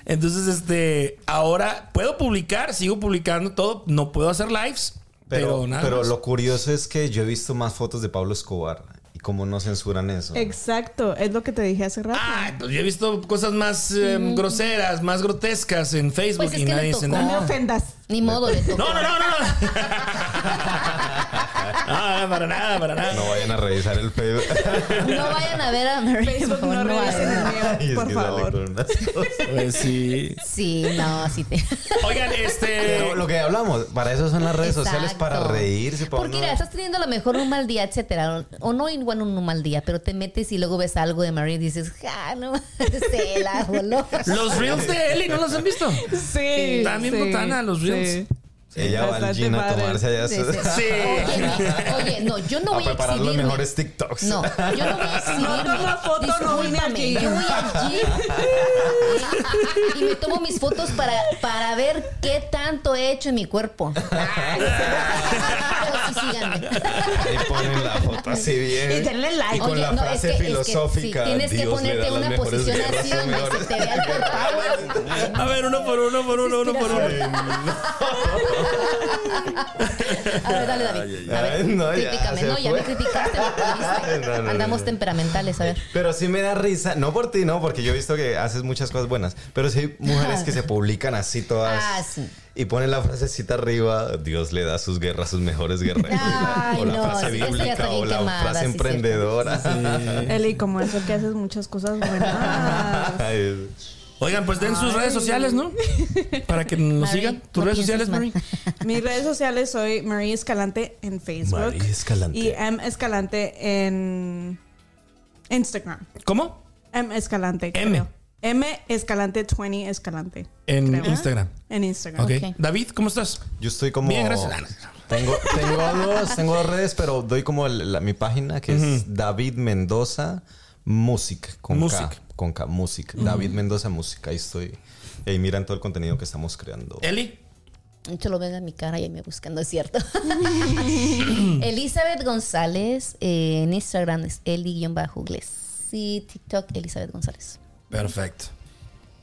A: Entonces, este, ahora puedo publicar, sigo publicando todo, no puedo hacer lives, pero,
D: Pero,
A: nada.
D: pero
A: más.
D: lo curioso es que yo he visto más fotos de Pablo Escobar y cómo no censuran eso.
B: Exacto, es lo que te dije hace rato.
A: Ah, pues yo he visto cosas más eh, groseras, más grotescas en Facebook
C: Pues es
A: y
C: que le
A: nadie dice
C: tocó.
B: no me
A: nada.
B: ofendas.
C: Ni modo, le tocó.
A: No, no, no, no, no. No, no, para nada, para nada.
D: No vayan a revisar el Facebook.
C: No vayan a ver a Mary.
B: Facebook
C: por
B: no
C: favor,
B: revisen
C: vayan.
B: el
D: Y
B: mío,
D: es
B: por
D: que sale
B: favor.
D: con unas cosas.
A: Pues sí.
C: Sí, no, sí te.
A: Oigan, este.
D: Pero lo que hablamos, para eso son las redes sociales, para
C: Exacto.
D: reírse, para
C: Porque
D: uno-
C: mira, estás teniendo a lo mejor un mal día, etcétera. O o no igual un mal día, pero te metes y luego ves algo de María y dices, ja, no, se la voló.
A: Los reels de Eli, ¿no los han visto?
B: Sí.
A: También botana, los reels.
D: Ella va al
B: bastante
D: gym a
B: padre.
D: tomarse allá
C: Sí,
D: su-
C: sí.
A: Sí.
C: Oye, oye, no, yo no
D: a
C: voy a
D: preparar
C: exhibirme.
D: los mejores TikToks.
C: No, yo no voy a exhibirme.
B: No, no, la foto no vine al
C: Discúlpame,
B: gym.
C: Yo voy al gym. Y me tomo mis fotos para, para ver qué tanto he hecho en mi cuerpo.
B: Ah.
C: Pero sí, síganme.
D: Ahí ponen la foto así bien.
B: Y denle like.
D: Y con
C: Oye,
D: la
C: no, es
D: frase
C: que- es que
D: filosófica.
C: sí, tienes que
D: Dios le
C: ponerte
D: da
C: en
D: las
C: una
D: mejores
C: posición
D: guerras
C: así
D: a
C: donde
D: mejores.
C: se te vea el cuerpo.
A: A ver, uno por uno, por uno, uno por uno.
C: A ver, dale, David. A
D: Ay,
C: ver,
D: no, ya,
C: critícame.
D: se
C: no, ya
D: fue.
C: me criticaste. me aplaudiste.
D: No, no, no,
C: Andamos
D: no.
C: temperamentales, a ver.
D: Pero sí me da risa, no por ti, no, porque yo he visto que haces muchas cosas buenas, pero sí hay mujeres que se publican así todas
C: Ah, sí.
D: y ponen la frasecita arriba, Dios le da sus guerras, sus mejores guerreros.
C: Ay,
D: o la
C: no,
D: frase
C: sí, esa ya está
D: bíblica
C: bien
D: o la
C: quemada, sí,
D: frase
C: cierto.
D: emprendedora.
B: Eli, como eso que haces muchas cosas buenas.
D: Ay,
A: Oigan, pues den sus redes sociales, ¿no? Para que nos
C: Mari,
A: sigan. Tus
C: no
A: redes
C: pienses
A: sociales, Mary.
C: mal.
B: Mis redes sociales soy María Escalante en Facebook.
D: María Escalante.
B: Y M Escalante en Instagram.
A: ¿Cómo?
B: M Escalante.
A: M.
B: creo. M Escalante 20 Escalante.
A: En
B: creo.
A: Instagram.
B: En Instagram.
A: Okay.
C: Ok.
A: David, ¿cómo estás?
D: yo estoy como...
A: Bien, gracias. Ah, no.
D: Tengo, tengo dos, tengo dos redes, pero doy como el- la- mi página que es David Mendoza Music. Con
A: Music.
D: K. Con K, Music. David Mendoza Music. Ahí estoy. Y ahí miran todo el contenido que estamos creando.
A: Eli.
C: De hecho, lo ven en mi cara y ahí me buscan, no es cierto. Elizabeth González, eh, en Instagram es Eli-Gles. Y TikTok, Elizabeth González.
A: Perfecto.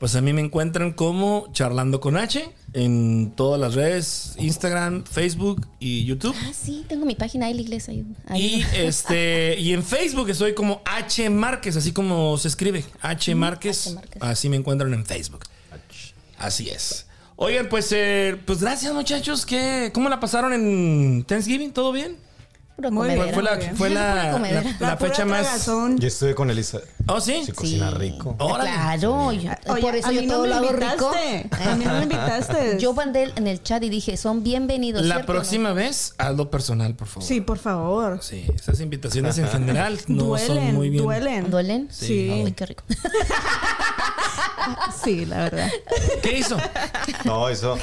A: Pues a mí me encuentran como Charlando con H en todas las redes, Instagram, Facebook y YouTube.
C: Ah, sí, tengo mi página Eli Gles ahí.
A: Y
C: ahí.
B: eh,
A: este y en Facebook estoy como H Márquez, así como se escribe, H Márquez.
C: H. Márquez.
A: Así me encuentran en Facebook. Así es. Oigan, pues eh, pues gracias muchachos, ¿Qué, ¿cómo la pasaron en Thanksgiving? ¿Todo bien?
C: Pura
B: Muy bien,
C: comedera.
A: Fue la,
B: muy bien.
A: fue la,
C: Pura
A: la,
C: comedera.
A: la
B: La pura
A: fecha más...
B: tragazón.
D: Yo estuve con Elisa.
A: ¿Oh, sí?
D: Sí, cocina rico.
A: Órale.
C: Claro, yo- eh,
B: Oye,
C: por eso
B: a
C: yo
B: mí
C: todo lo
B: no me
C: hago rico.
B: invitaste. A mí no me invitaste.
C: Yo mandé en el chat y dije, son bienvenidos.
A: La
C: ¿cierto o no?
A: próxima vez hazlo personal, por favor.
B: Sí, por favor.
A: Sí, esas invitaciones en general no son
B: duelen,
A: muy bien.
B: duelen.
C: ¿Duelen?
B: Sí.
C: Ay, qué rico.
B: Ah, Sí, la verdad.
A: ¿Qué hizo?
D: No, eso.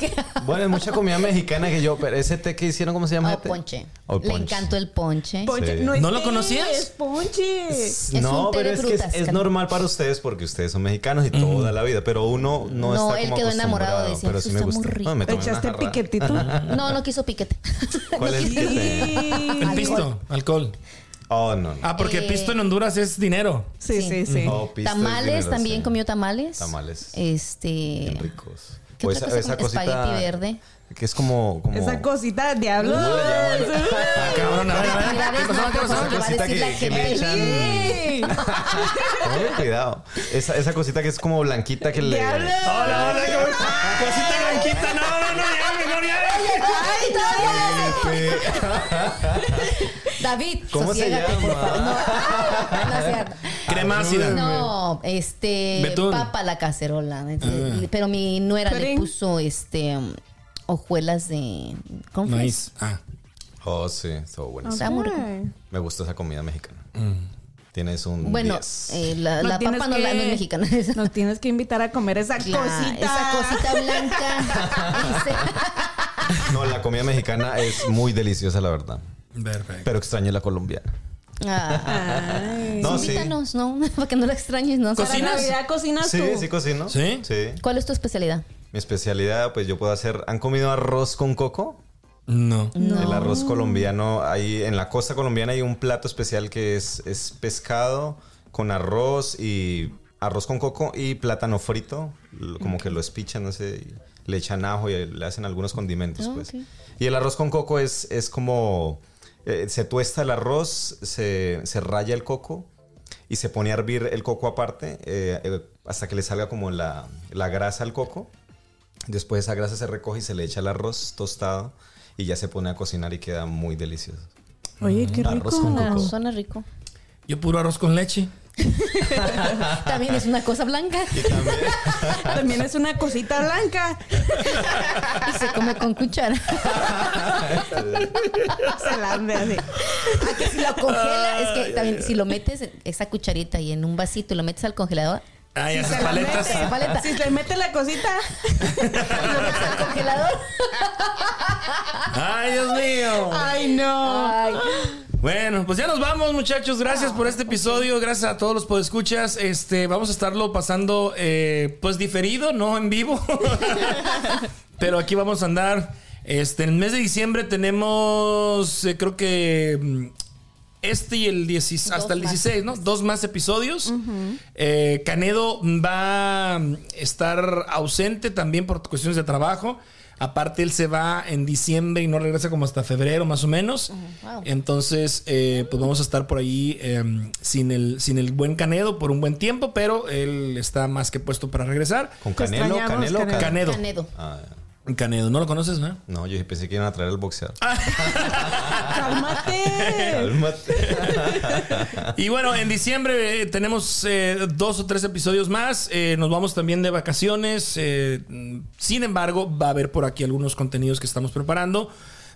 D: Bueno, hay mucha comida mexicana que yo, pero ese té que hicieron, ¿cómo se llama?
C: Oh, ponche.
D: Oh,
C: Le
D: ponche.
C: encantó el ponche.
B: Ponche,
D: Sí.
A: ¿No lo
B: té,
A: conocías?
B: Es ponche.
C: un
D: no,
C: té
D: pero
C: de
D: es que es,
C: frutas,
D: es
C: Carmen.
D: normal para ustedes porque ustedes son mexicanos y toda la vida, pero uno no,
C: No,
D: está
C: él
D: como
C: quedó enamorado,
D: acostumbrado,
C: decía,
D: pero
C: "Eso
D: sí me
C: está muy
D: gusta.
C: rico".
D: me
B: ¿Te
D: tomé una
B: echaste
D: jarra.
B: piquetito?
C: No, no quiso piquete.
D: ¿Cuál
C: No
D: es el
C: quiso-
D: piquete?
A: El
B: Sí,
A: pisto, alcohol.
D: Oh, no, no.
A: Ah, porque
C: Eh,
A: pisto en Honduras es dinero.
B: sí, sí. sí.
D: Oh, pisto es
C: Tamales,
D: dinero,
C: también
D: sí.
C: comió tamales.
D: Tamales.
C: Este.
D: Bien Pues ricos.
C: ¿Qué otra cosa con espagueti verde?
D: Que es como. como
B: Esa cosita, diablo.
D: ¿Cómo le llaman?
A: Ah, cabrón, a ver, a ver.
C: Mira,
A: ¿Qué
C: ves,
A: pasó?
C: no,
A: ¿Qué pasó?
C: porque va a
D: Cosita
C: decir la
D: que- que
C: gente.
D: le echan- Tengan cuidado. Esa, esa cosita que es como blanquita que le.
B: ¡Diablo!
A: Hola, hola, ¿cómo estás? Cosita blanquita. No, no, no, ya, mejor ya.
C: Ay, todavía no sé.
D: Este,
C: David,
D: ¿Cómo se
C: sosiégate, por
D: llama?
C: favor. No, no es cierto.
A: Crema ácida.
C: No, este
A: Betún. Ah.
C: papa a la cacerola. Este, Pero mi nuera le
B: Purín.
C: puso este um, hojuelas de cornflakes.
A: Maíz. Ah.
D: Oh, sí, estuvo buenísimo.
C: Está muy rico.
B: Ay.
D: Me gusta esa comida mexicana. Tienes un.
C: Bueno,
D: 10.
C: eh, la,
B: Nos
C: la
B: tienes
C: papa no la no es mexicana. Esa,
B: Nos tienes que invitar a comer esa
C: la-
B: cosita.
C: esa cosita blanca.
D: No, la comida mexicana es muy deliciosa, la verdad.
A: Perfecto.
D: Pero extraño la colombiana.
C: Ese- Ah.
B: Ay.
D: No, sí.
C: Invítanos, ¿no? Para que no la extrañes, ¿no?
A: Cocina.
B: Para
A: ¿Cocinas?
B: Navidad cocinas
D: Sí,
B: tú.
D: sí cocino.
A: ¿Sí?
D: Sí.
C: ¿Cuál es tu especialidad?
D: Mi especialidad, pues yo puedo hacer. ¿Han comido arroz con coco?
A: No.
D: El arroz colombiano, ahí en la costa colombiana hay un plato especial que es, es pescado con arroz y arroz con coco y plátano frito, lo- como que lo espichan, no sé, y le echan ajo y le hacen algunos condimentos,
C: Ah,
D: pues.
C: ok.
D: Y el arroz con coco es, es como, eh, se tuesta el arroz, se, se raya el coco y se pone a hervir el coco aparte eh, eh, hasta que le salga como la, la grasa al coco. Después esa grasa se recoge y se le echa el arroz tostado y ya se pone a cocinar y queda muy delicioso.
B: Oye, qué rico.
D: Mm, Arroz con
C: Ah,
D: coco.
C: suena rico.
A: Yo puro arroz con leche.
C: También es una cosa blanca.
B: También es una cosita blanca.
C: Y se come con cuchara.
B: Se la ve así.
C: Ah, que si lo congela, es que también si lo metes en esa cucharita y en un vasito y lo metes al congelador,
A: Ay,
B: Si
A: esas
B: se la
A: paletas.
B: mete,
C: Paleta.
B: Si se mete la cosita,
C: y lo metes al congelador.
A: Ay, Dios mío.
B: ay no.
C: Ay,
A: Bueno, pues ya nos vamos, muchachos. Gracias por este episodio. Gracias a todos los podescuchas. Este, vamos a estarlo pasando, eh, pues diferido, no en vivo. Pero aquí vamos a andar. Este, en el mes de diciembre tenemos, eh, creo que mm, este y el 16, hasta
C: Dos
A: el
C: más.
A: 16, ¿no? Dos más episodios. Eh, Canedo va a estar ausente también por cuestiones de trabajo. Aparte, él se va en diciembre y no regresa como hasta febrero, más o menos.
C: wow.
A: Entonces, eh, pues vamos a estar por ahí eh, sin, el, sin el buen Canedo por un buen tiempo, pero él está más que puesto para regresar.
D: Con
B: Te
D: canelo,
B: extrañamos,
D: canelo,
B: Canelo.
D: canelo.
A: Canedo.
C: Canedo.
D: Ah,
A: Canedo, ¿no lo conoces, no?
D: no, yo pensé que iban a traer al boxeador.
B: Cálmate.
D: Cálmate.
A: Y bueno, en diciembre eh, tenemos eh, dos o tres episodios más. Eh, nos vamos también de vacaciones. Eh, mm, sin embargo, va a haber por aquí algunos contenidos que estamos preparando.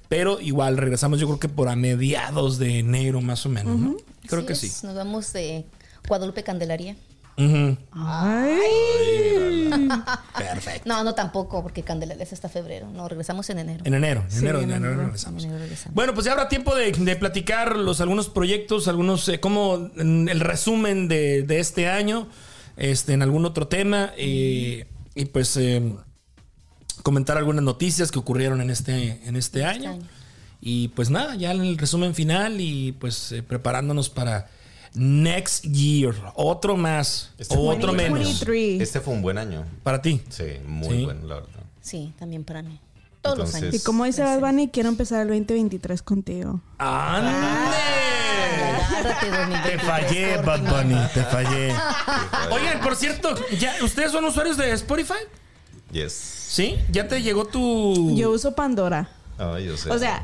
A: Pero igual regresamos, yo creo que por a mediados de enero, más o menos. ¿no? Creo
C: Así
A: que
C: es,
A: sí.
C: Nos vamos de Guadalupe Candelaria.
A: Ujú.
B: Ay.
C: No, no tampoco, porque Candelaria es hasta febrero. No, regresamos en enero.
A: En enero, en enero,
B: en
A: en enero
B: enero.
A: regresamos.
C: En enero regresamos.
A: Bueno, pues ya habrá tiempo de, de platicar los algunos proyectos, algunos eh, como mm, el resumen de, de este año, este, en algún otro tema y, y pues eh, comentar algunas noticias que ocurrieron en este en este año.
C: año.
A: Y pues nada, ya el resumen final y pues eh, preparándonos para next year, otro más,
D: Este
A: o
D: fue
A: otro
D: un buen año.
A: menos
B: 2023.
D: Este fue un buen año.
A: para ti.
D: Sí, muy
A: Sí.
D: bueno, la verdad.
C: Sí, también para mí. Todos los
D: Entonces-
C: años.
B: Y como dice Bad Bunny, quiero empezar el 2023 contigo.
A: ¡Ande!
C: Agárrate,
A: Te
C: 2023,
A: fallé,
C: porque
A: Bad
C: no.
A: Bunny, te fallé. Oigan, por cierto, ¿ya, ¿ustedes son usuarios de Spotify?
D: Yes.
A: ¿Sí? ¿Ya te llegó tu.
B: Yo uso Pandora.
D: Ay, yo sé.
B: O sea,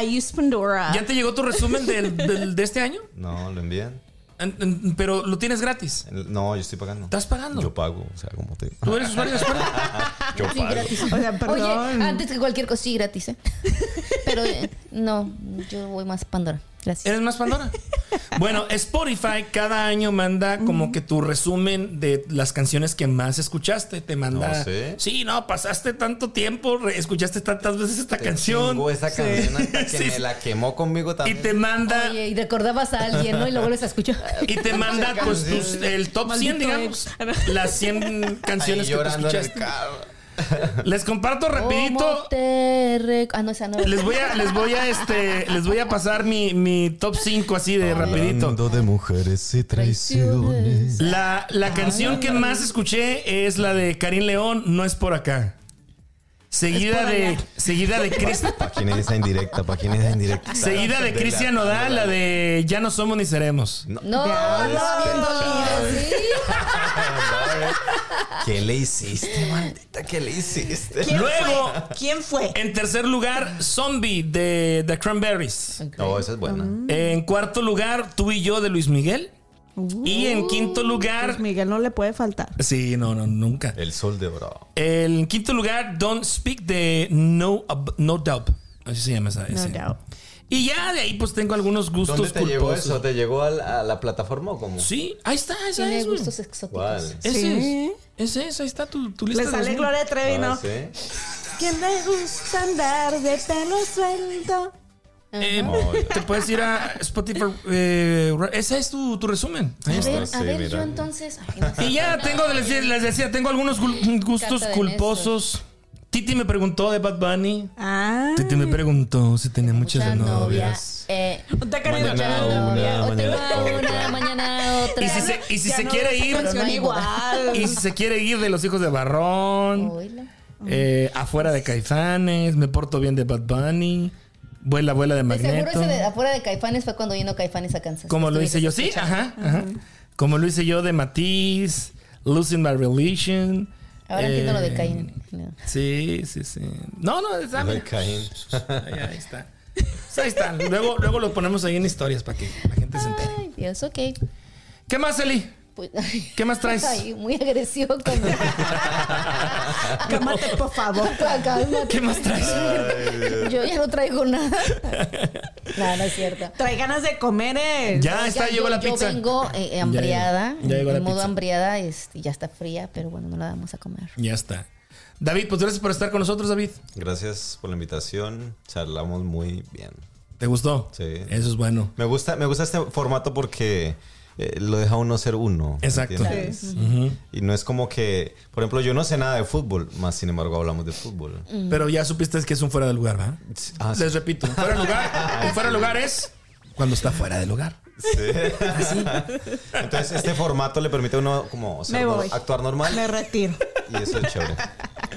B: I use Pandora.
A: ¿Ya te llegó tu resumen del, del- de este año?
D: No, lo envían.
A: En- en- Pero lo tienes gratis.
D: No, yo estoy pagando.
A: ¿Estás pagando?
D: Yo pago, o sea, como te
A: ¿Tú eres usuario de Spotify?
D: Yo
C: Sí,
D: pago.
C: gratis.
B: O sea, perdón.
C: Oye, antes que cualquier cosa, sí, gratis, ¿eh? Pero eh, no, yo voy más Pandora. Gracias.
A: ¿Eres más Pandora? Bueno, Spotify cada año manda como que tu resumen de las canciones que más escuchaste. Te manda.
D: No sé.
A: Sí, no, pasaste tanto tiempo, re- escuchaste tantas veces esta canción.
D: Tengo esa canción hasta que
A: Sí,
D: me
A: sí.
D: la quemó conmigo
A: Y
D: también.
A: te manda.
C: Oye, y recordabas a alguien, ¿no? Y lo vuelves a escuchar.
A: Y te manda pues
D: canción.
A: tus- el top 100, digamos.
B: ex.
A: Las 100 canciones
D: Ahí
A: que tú
D: llorando en el
A: escuchaste.
D: carro.
A: Les comparto rapidito.
C: ¿Cómo te re- Ah, no, esa no.
A: Les voy a, les voy a este, les voy a pasar mi, mi top 5 así de rapidito.
D: Hablando de mujeres y traiciones.
A: La, la canción que más escuché es la de Karim León, No es por acá. Seguida de, seguida de Chris-
D: ¿Para quién es esa indirecta? ¿Para quién es esa indirecta?
A: seguida de Cristian Nodal, la de Ya no somos ni seremos.
D: No.
C: No, no, bien dolida, sí.
A: pues.
D: ¿Qué le hiciste, maldita? ¿Qué le hiciste?
A: Luego,
B: ¿Quién fue?
A: en tercer lugar, Zombie de The Cranberries.
D: No, esa es buena.
C: Mm.
A: En cuarto lugar, tú y yo de Luis Miguel. y en quinto lugar.
B: Pues Miguel no le puede faltar.
A: Sí, no, no, nunca.
D: El sol de oro.
A: En quinto lugar, Don't Speak de No, Ab- no Doubt. Así se llama esa.
B: No
A: ese.
B: doubt.
A: Y ya de ahí pues tengo algunos gustos
D: ¿Dónde te llegó
A: culposos.
D: eso? ¿Te llegó al- a la plataforma o cómo?
A: Sí, ahí está, esa
C: Tiene
A: es, güey.
C: gustos exóticos.
D: ¿Cuál?
A: Ese
B: Sí.
A: es, ese es, ahí está tu, tu lista.
B: Le
A: de
B: sale
A: 2000.
B: Gloria Trevi,
D: Ah,
B: ¿no?
D: sí.
B: ¿Quién le gusta andar de pelo suelto?
A: Eh, te puedes ir a Spotify. eh, ese es tu, tu resumen.
C: A ver,
D: Sí,
C: a ver
D: mira.
C: yo entonces. ay, no sé.
A: Y ya tengo, les, decía- les decía, tengo algunos gul- gustos
C: Carta de
A: culposos. Titi me preguntó de Bad Bunny.
B: Ah.
A: Titi me preguntó si tenía muchas
C: Mucha novia.
A: novias.
C: eh,
B: Te quería
D: Mañana
C: mucha
D: una,
C: novia. O tengo
D: mañana otra.
C: una, mañana otra.
A: Y si se, y si
B: Ya
A: se
B: no
A: quiere
B: esa
A: ir,
B: canción
C: no hay boda.
B: igual.
A: y si se quiere ir de los hijos de Barrón,
C: Oíla.
A: eh, afuera de Caifanes, me porto bien de Bad Bunny, vuela, vuela de
C: De seguro
A: Magneto.
C: ese de afuera de Caifanes fue cuando vino Caifanes a Kansas.
A: Como lo hice yo, sí, ajá, ajá. Como lo hice yo de Matiz, Losing My Religion.
C: Ahora
A: eh,
C: entiendo lo de Caín. No.
A: Sí, sí, sí. No, no, está, mira.
D: Ay, Caín.
A: Ahí, ahí está. Pues Ahí están. Luego, luego los ponemos ahí en historias para que la gente se entere.
C: Ay, Dios, ok.
A: ¿Qué más, Eli?
C: Pues, ay.
A: ¿Qué más traes?
C: Ay, muy agresivo con
B: Cálmate, por favor.
C: Cálmate.
A: ¿Qué más traes?
C: Yo ya no traigo nada. Nada, no es cierto.
B: Trae ganas de comer, eh.
A: Ya
C: Oiga,
A: Ah, está,
C: yo-
A: llegó la
C: yo
A: pizza.
C: vengo eh, eh, hambriada,
A: Ya llegó. Ya llegó la
C: en modo
A: pizza.
C: hambriada, este, ya está fría, pero bueno, no la vamos a comer.
A: Ya está. David, pues gracias por estar con nosotros, David.
D: Gracias por la invitación. Charlamos muy bien.
A: ¿Te gustó?
D: Sí.
A: Eso es bueno.
D: Me gusta, me gusta este formato porque eh, lo deja uno ser uno. ¿me
A: Exacto.
D: entiendes?
A: Ujú.
D: Y no es como que, por ejemplo, yo no sé nada de fútbol, más sin embargo hablamos de fútbol.
B: Mm.
C: Mm.
A: Pero ya supiste que es un fuera de lugar, ¿verdad?
D: Ah, sí.
A: Les repito, un fuera de lugar, un fuera de lugar es cuando está fuera de lugar.
D: Entonces este formato le permite a uno como ser
B: Me
D: nor-
B: voy.
D: actuar normal
B: Me retiro.
D: y eso es chévere.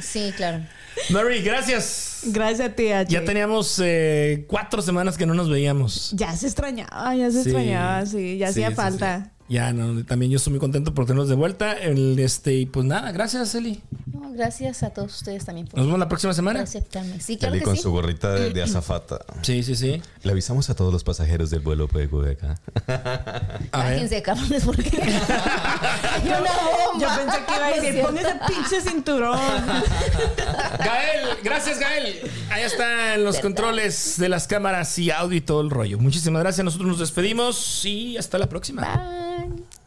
C: Sí, claro.
A: Mary, gracias.
B: Gracias a ti, H.
A: Ya teníamos eh, cuatro semanas que no nos veíamos.
B: Ya se extrañaba, ya se extrañaba, sí. Ya
A: Sí,
B: hacía
A: sí,
B: falta.
A: sí. Ya, no, también yo estoy muy contento por tenernos de vuelta. El, este, y pues nada, gracias, Eli.
C: No, gracias a todos ustedes también por,
A: Nos vemos la próxima
C: por
A: semana.
C: aceptarme. Sí, claro
D: Cali
C: que
D: con
C: sí.
D: su gorrita de, de azafata.
A: Sí, sí, sí.
D: Le avisamos a todos los pasajeros del vuelo PQBK.
A: A ver.
C: Bájense, cabrones, porque. Hay una
B: Yo
C: bomba.
B: pensé que iba a
C: No es
B: decir,
C: cierto.
B: pon ese pinche cinturón.
A: Gael, gracias Gael. Ahí están los controles de las cámaras y audio y todo el rollo. Muchísimas gracias. Nosotros nos despedimos y hasta la próxima.
C: Bye.